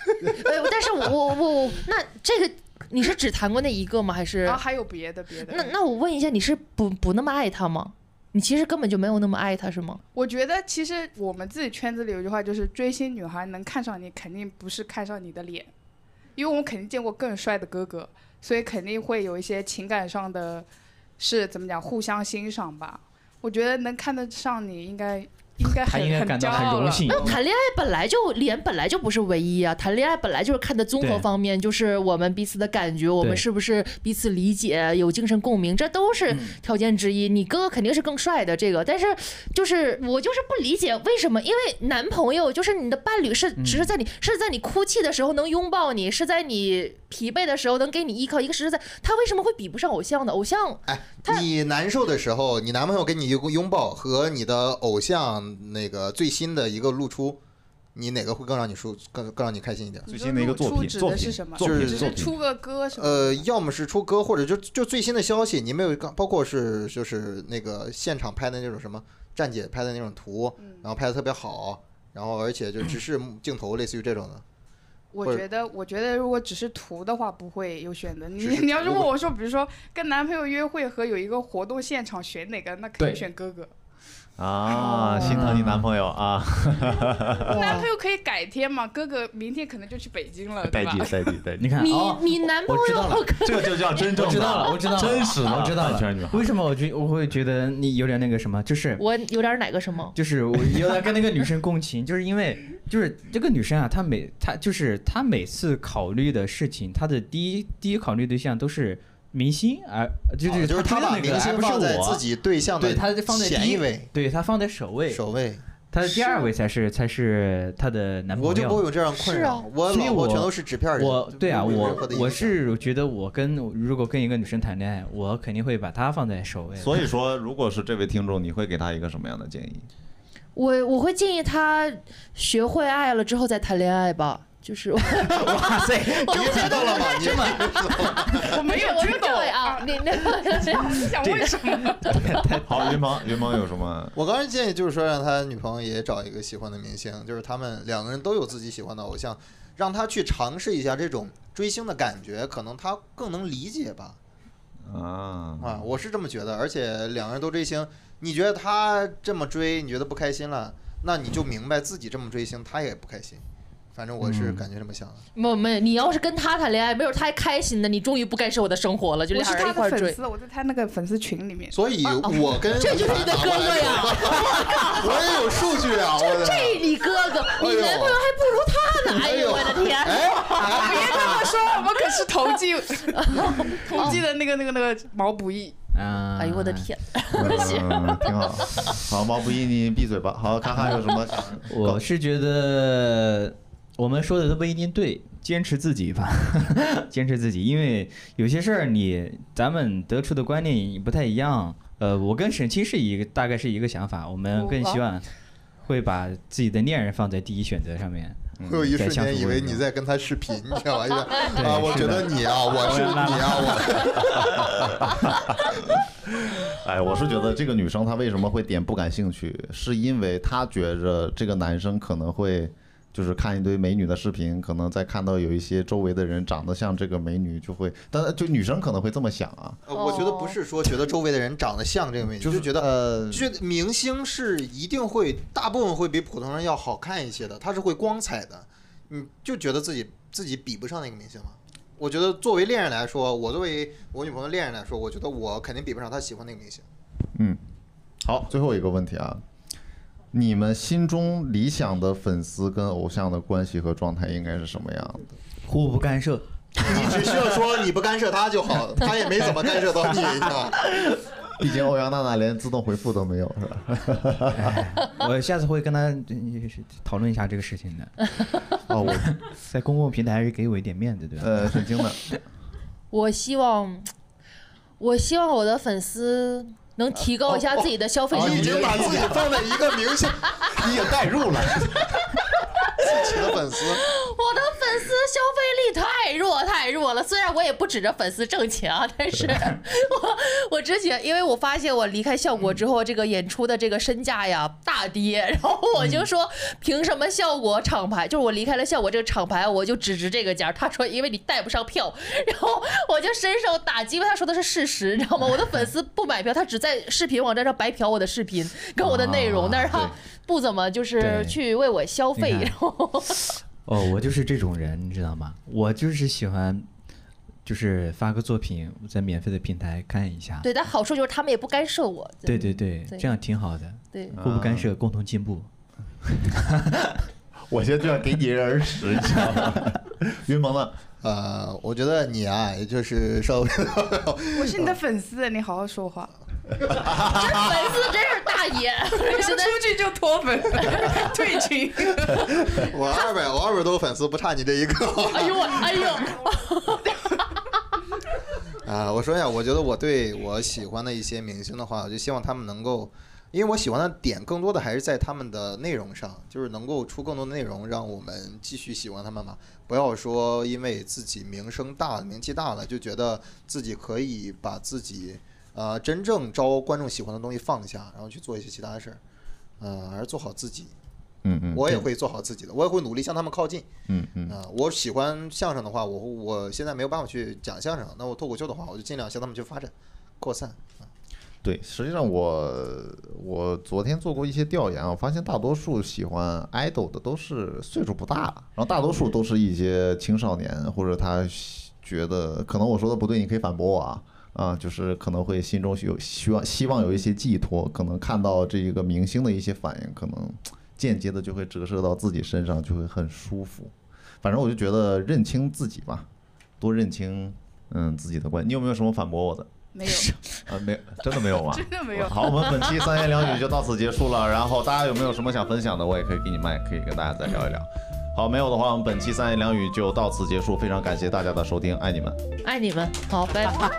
[SPEAKER 6] 呃，但是我我我那这个你是只谈过那一个吗？还是
[SPEAKER 8] 然后还有别的别的。
[SPEAKER 6] 那那我问一下，你是不不那么爱他吗？你其实根本就没有那么爱他，是吗？
[SPEAKER 8] 我觉得其实我们自己圈子里有句话，就是追星女孩能看上你，肯定不是看上你的脸，因为我肯定见过更帅的哥哥，所以肯定会有一些情感上的，是怎么讲，互相欣赏吧。我觉得能看得上你，应该应该
[SPEAKER 2] 他
[SPEAKER 8] 很
[SPEAKER 2] 应该感
[SPEAKER 8] 很骄
[SPEAKER 2] 到很
[SPEAKER 8] 傲
[SPEAKER 2] 荣
[SPEAKER 8] 了。
[SPEAKER 2] 幸。
[SPEAKER 6] 谈恋爱本来就脸本来就不是唯一啊，谈恋爱本来就是看的综合
[SPEAKER 2] 对
[SPEAKER 6] 方面，就是我们彼此的感觉，我们
[SPEAKER 2] 对
[SPEAKER 6] 是不是彼此理解，有精神共鸣，这都是条件之一。你哥哥肯定是更帅的这个，但是就是我就是不理解为什么，因为男朋友就是你的伴侣是只是在你、是在你哭泣的时候能拥抱你，是在你疲惫的时候能给你依靠，一个是在他为什么会比不上偶像呢？偶像
[SPEAKER 7] 哎
[SPEAKER 6] 他，
[SPEAKER 7] 你难受的时候，你男朋友给你一个拥抱和你的偶像那个最新的一个露出，你哪个会更让你舒更更让你开心一
[SPEAKER 5] <laughs>
[SPEAKER 7] 点？
[SPEAKER 5] 最
[SPEAKER 8] 你
[SPEAKER 5] 新的一个
[SPEAKER 8] 说
[SPEAKER 5] 作
[SPEAKER 8] 露出
[SPEAKER 5] 品，
[SPEAKER 8] 指
[SPEAKER 5] 作
[SPEAKER 8] 的
[SPEAKER 5] 品
[SPEAKER 8] 是什么？
[SPEAKER 5] 作品，
[SPEAKER 8] 只
[SPEAKER 5] 作
[SPEAKER 8] 是
[SPEAKER 5] 品。
[SPEAKER 8] 出个歌什么的？
[SPEAKER 7] 呃，要么是出歌，或者就就最新的消息，你没有刚，包括是就是那个现场拍的那种什么站姐拍的那种图，然后拍的特别好，然后而且就直视镜头，类似于这种的。
[SPEAKER 8] 我
[SPEAKER 7] 或者
[SPEAKER 8] 觉得，我觉得如果只是图的话，不会有选择。你
[SPEAKER 7] 只是
[SPEAKER 8] <laughs> 你要是
[SPEAKER 7] 图
[SPEAKER 8] 问
[SPEAKER 7] 会
[SPEAKER 8] 我说，比如说跟男朋友约会和有一个活动现场选哪个，那肯定
[SPEAKER 2] 对
[SPEAKER 8] 选哥哥。
[SPEAKER 5] 啊，心疼你男朋友 <laughs> 啊，
[SPEAKER 7] 啊
[SPEAKER 8] 男朋友可以改天嘛，哥哥明天可能就去北京了，
[SPEAKER 5] 代
[SPEAKER 8] 对吧
[SPEAKER 5] 替？代替代替
[SPEAKER 2] 你，
[SPEAKER 6] <laughs>
[SPEAKER 2] 看，
[SPEAKER 6] 你、
[SPEAKER 2] 哦
[SPEAKER 6] 你男朋
[SPEAKER 2] 我知道了
[SPEAKER 6] 友可
[SPEAKER 5] <laughs> 这个就叫真正
[SPEAKER 2] 我知道
[SPEAKER 5] 的
[SPEAKER 2] 了，我知道了，
[SPEAKER 5] 真实的
[SPEAKER 2] 我知道
[SPEAKER 5] 饭圈女
[SPEAKER 2] 了。
[SPEAKER 5] 孩
[SPEAKER 2] 为什么我觉我会觉得你有点那个什么，就
[SPEAKER 6] <laughs>
[SPEAKER 2] 是
[SPEAKER 6] 我有点哪个什么？
[SPEAKER 2] 就是我有点跟那个女生共情， <laughs> 就是因为就是这个女生啊，她每她就是她每次考虑的事情，她的第一第一考虑对象都是明星，而就
[SPEAKER 7] 啊
[SPEAKER 2] 是
[SPEAKER 7] 就是
[SPEAKER 2] 她
[SPEAKER 7] 他
[SPEAKER 2] 追的那
[SPEAKER 7] 把
[SPEAKER 2] 个，
[SPEAKER 7] 明
[SPEAKER 2] 而
[SPEAKER 7] 星
[SPEAKER 2] 不是
[SPEAKER 7] 放在
[SPEAKER 2] 我
[SPEAKER 7] 自。己对象的
[SPEAKER 2] 对，她放在
[SPEAKER 7] 前
[SPEAKER 2] 第
[SPEAKER 7] 一
[SPEAKER 2] 一
[SPEAKER 7] 位、
[SPEAKER 2] 对她放在首位，
[SPEAKER 7] 首位，
[SPEAKER 2] 她的第二位才是才是她的男朋友。
[SPEAKER 7] 我就不会有这样困扰。我
[SPEAKER 2] 所以
[SPEAKER 7] 老婆
[SPEAKER 2] 我
[SPEAKER 7] 全都是啊纸片人，
[SPEAKER 2] 我
[SPEAKER 7] 就
[SPEAKER 2] 对啊，
[SPEAKER 7] 没有任
[SPEAKER 2] 我
[SPEAKER 7] 何的
[SPEAKER 2] 我
[SPEAKER 7] 影响
[SPEAKER 2] 是觉得我跟如果跟一个女生谈恋爱，我肯定会把她放在首位。
[SPEAKER 5] 所以说，如果是这位听众，你会给他一个什么样的建
[SPEAKER 2] <laughs>
[SPEAKER 5] 议？
[SPEAKER 6] 我我会建议他学会爱了之后再谈恋爱吧，就是 <laughs> 我
[SPEAKER 2] 哇
[SPEAKER 7] <laughs>
[SPEAKER 2] 塞，
[SPEAKER 7] 你知道了吗？你 <laughs>
[SPEAKER 8] <laughs> 我没有
[SPEAKER 6] <laughs> 我是
[SPEAKER 8] 听懂
[SPEAKER 6] 这位啊，你那个
[SPEAKER 8] 你想问什么？
[SPEAKER 5] 好，云鹏，云鹏有什么？
[SPEAKER 7] 我刚才建议就是说，让他女朋友也找一个喜欢的明星，就是他们两个人都有自己喜欢的偶像，让他去尝试一下这种追星的感觉，可能他更能理解吧。
[SPEAKER 5] 啊
[SPEAKER 7] 啊，我是这么觉得。而且两个人都追星，你觉得他这么追，你觉得不开心了，那你就明白自己这么追星，他也不开心。反正我是感觉这么想的。
[SPEAKER 6] 没 <laughs> 没，你要是跟他谈恋爱，没准他还开心呢。你终于不该是我的生活了，就
[SPEAKER 8] 我
[SPEAKER 6] 俩
[SPEAKER 8] 是
[SPEAKER 6] 人
[SPEAKER 8] 他
[SPEAKER 6] 一块
[SPEAKER 8] 的
[SPEAKER 6] 儿
[SPEAKER 8] 粉
[SPEAKER 6] 追。
[SPEAKER 8] 丝，我在他那个粉丝群里面。
[SPEAKER 7] 所以，我跟
[SPEAKER 6] 哦 <laughs> 这就是你的哥哥 <laughs> 呀！
[SPEAKER 7] 我也有数据啊！我
[SPEAKER 6] <laughs>
[SPEAKER 7] 的
[SPEAKER 6] 这你哥哥，你男朋友还不如他呢！哎呦我的天！
[SPEAKER 8] 别
[SPEAKER 6] 啊
[SPEAKER 7] 哎
[SPEAKER 8] 这么说，我们可是投
[SPEAKER 6] <laughs>
[SPEAKER 8] 寄投寄的那个那个那个毛不易。
[SPEAKER 2] 啊，
[SPEAKER 6] 哎呦我的，天！
[SPEAKER 5] 嗯，挺好。好，毛不易，你闭嘴吧。好，卡卡有什么想？
[SPEAKER 2] 我是觉得我们说的都不一定对，坚持自己吧， <laughs> 坚持自己，因为有些事儿你咱们得出的观念不太一样。呃，我跟沈清是一个大概是一个想法，我们更希望会把自己的恋人放在第一选择上面。嗯
[SPEAKER 7] 会有一瞬间以为你在跟他视频，你知道吧？啊，我觉得你啊，我是你啊，我
[SPEAKER 5] <laughs> 哎，我是觉得这个女生她为什么会点不感兴趣，是因为她觉着这个男生可能会就是看一堆美女的视频，可能再看到有一些周围的人长得像这个美女，就会，但就女生可能会这么想啊，
[SPEAKER 7] 呃我觉得不是说觉得周围的人长得像这个美女，就觉得
[SPEAKER 5] 呃
[SPEAKER 7] 就，觉得明星是一定会大部分会比普通人要好看一些的，他是会光彩的，你就觉得自己自己比不上那个明星了。我觉得作为恋人来说，我作为我女朋友恋人来说，我觉得我肯定比不上她喜欢那个明星。
[SPEAKER 5] 好，最后一个问题啊，你们心中理想的粉丝跟偶像的关系和状态应该是什么样的？
[SPEAKER 2] 互不干涉，
[SPEAKER 7] <laughs> 你只需要说你不干涉她就好，她也没怎么干涉到你，你知 <laughs> 道吗？
[SPEAKER 5] 毕竟欧阳娜娜连自动回复都没有，是
[SPEAKER 7] <laughs>
[SPEAKER 5] 吧？
[SPEAKER 3] <laughs>
[SPEAKER 2] 我下次会跟他嗯讨论一下这个事
[SPEAKER 3] <laughs>
[SPEAKER 2] 情的，
[SPEAKER 5] 哦，我
[SPEAKER 2] 在公共平台还是给我一点面子，对吧？
[SPEAKER 5] 呃，沈清的，
[SPEAKER 6] 我希望，我希望我的粉丝能提高一下自己的消费
[SPEAKER 7] 哦啊你已
[SPEAKER 6] 能
[SPEAKER 7] 经
[SPEAKER 6] 力。
[SPEAKER 7] 把自己放在一 <laughs> 个明星，你也代入了自己的粉丝。
[SPEAKER 6] 我的粉粉丝消费力太弱太弱了。虽然我也不指着粉丝挣钱啊，但是 <laughs> 我我之前因为我发现我离开效果之后，这个演出的这个身价呀大跌，然后我
[SPEAKER 3] 嗯
[SPEAKER 6] 就说凭什么效果厂牌？就是我离开了效果这个厂牌，我就只值这个价。他说因为你带不上票，然后我就深受打击，因为他说的是事实，你知道吗？我的粉丝不买票，他只在视频网站上白嫖我的视频跟我的内容，但是他不怎么就是
[SPEAKER 3] 对
[SPEAKER 6] 去为我消费
[SPEAKER 3] 你，看
[SPEAKER 6] 然后。
[SPEAKER 3] 哦，我就是这种人，你知道吗？我就是喜欢，就是发个作品在免费的平台看一下。
[SPEAKER 6] 对，但好处就是他们也不干涉我。
[SPEAKER 3] 对对对，啊
[SPEAKER 6] 对
[SPEAKER 3] 这样挺好的，
[SPEAKER 6] 对，
[SPEAKER 3] 互不干涉，共同进步。
[SPEAKER 5] 我现在就想给你一人耳屎，你知道
[SPEAKER 7] <laughs>
[SPEAKER 5] 吗？云鹏呢？
[SPEAKER 7] 呃，我觉得你啊，也就是稍微
[SPEAKER 8] 我是你的粉丝，你好好说话，
[SPEAKER 6] 这粉丝真是大 <laughs> 爷，
[SPEAKER 8] 现
[SPEAKER 6] 现在
[SPEAKER 8] 在出去就脱
[SPEAKER 6] <laughs>
[SPEAKER 8] 粉退群。
[SPEAKER 7] 我二百我二百多个粉丝不差你这一个 <laughs>
[SPEAKER 6] 哎呦我，哎呦，
[SPEAKER 7] 啊。我说一下，我觉得我对我喜欢的一些明星的话，我就希望他们能够，因为我喜欢的点更多的还是在他们的内容上，就是能够出更多的内容，让我们继续喜欢他们嘛。不要说因为自己名声大了、名气大了，就觉得自己可以把自己呃真正招观众喜欢的东西放下，然后去做一些其他事儿，嗯、而做好自己。
[SPEAKER 5] 嗯嗯，
[SPEAKER 7] 我也
[SPEAKER 5] 这
[SPEAKER 7] 会做好自己的，我也会努力向他们靠近。
[SPEAKER 5] 嗯嗯
[SPEAKER 7] 啊、我喜欢相声的话，我我现在没有办法去讲相声，那我脱口秀的话，我就尽量向他们去发展、扩散。
[SPEAKER 5] 对，实际上我我昨天做过一些调研啊，我发现大多数喜欢 idol 的都是岁数不大了，然后大多数都是一些青少年，或者他喜觉得可能我说的不对，你可以反驳我啊。啊，就是可能会心中有希望，希望有一些寄托，可能看到这个明星的一些反应，可能间接的就会折射到自己身上，就会很舒服。反正我就觉得认清自己吧，多认清嗯自己的观。你有没有什么反驳我的？
[SPEAKER 8] 没有，
[SPEAKER 5] 啊，没有，真的没有吗？
[SPEAKER 8] 真的没有。
[SPEAKER 5] <laughs> 好，我们本期三言两语就到此结束了。然 <laughs> 后大家有没有什么想分享的，我也可以给你麦，可以跟大家再聊一聊。好，没有的话，我们本期三言两语就到此结束。非常感谢大家的收听，爱你们。
[SPEAKER 6] 爱你们，好，拜拜。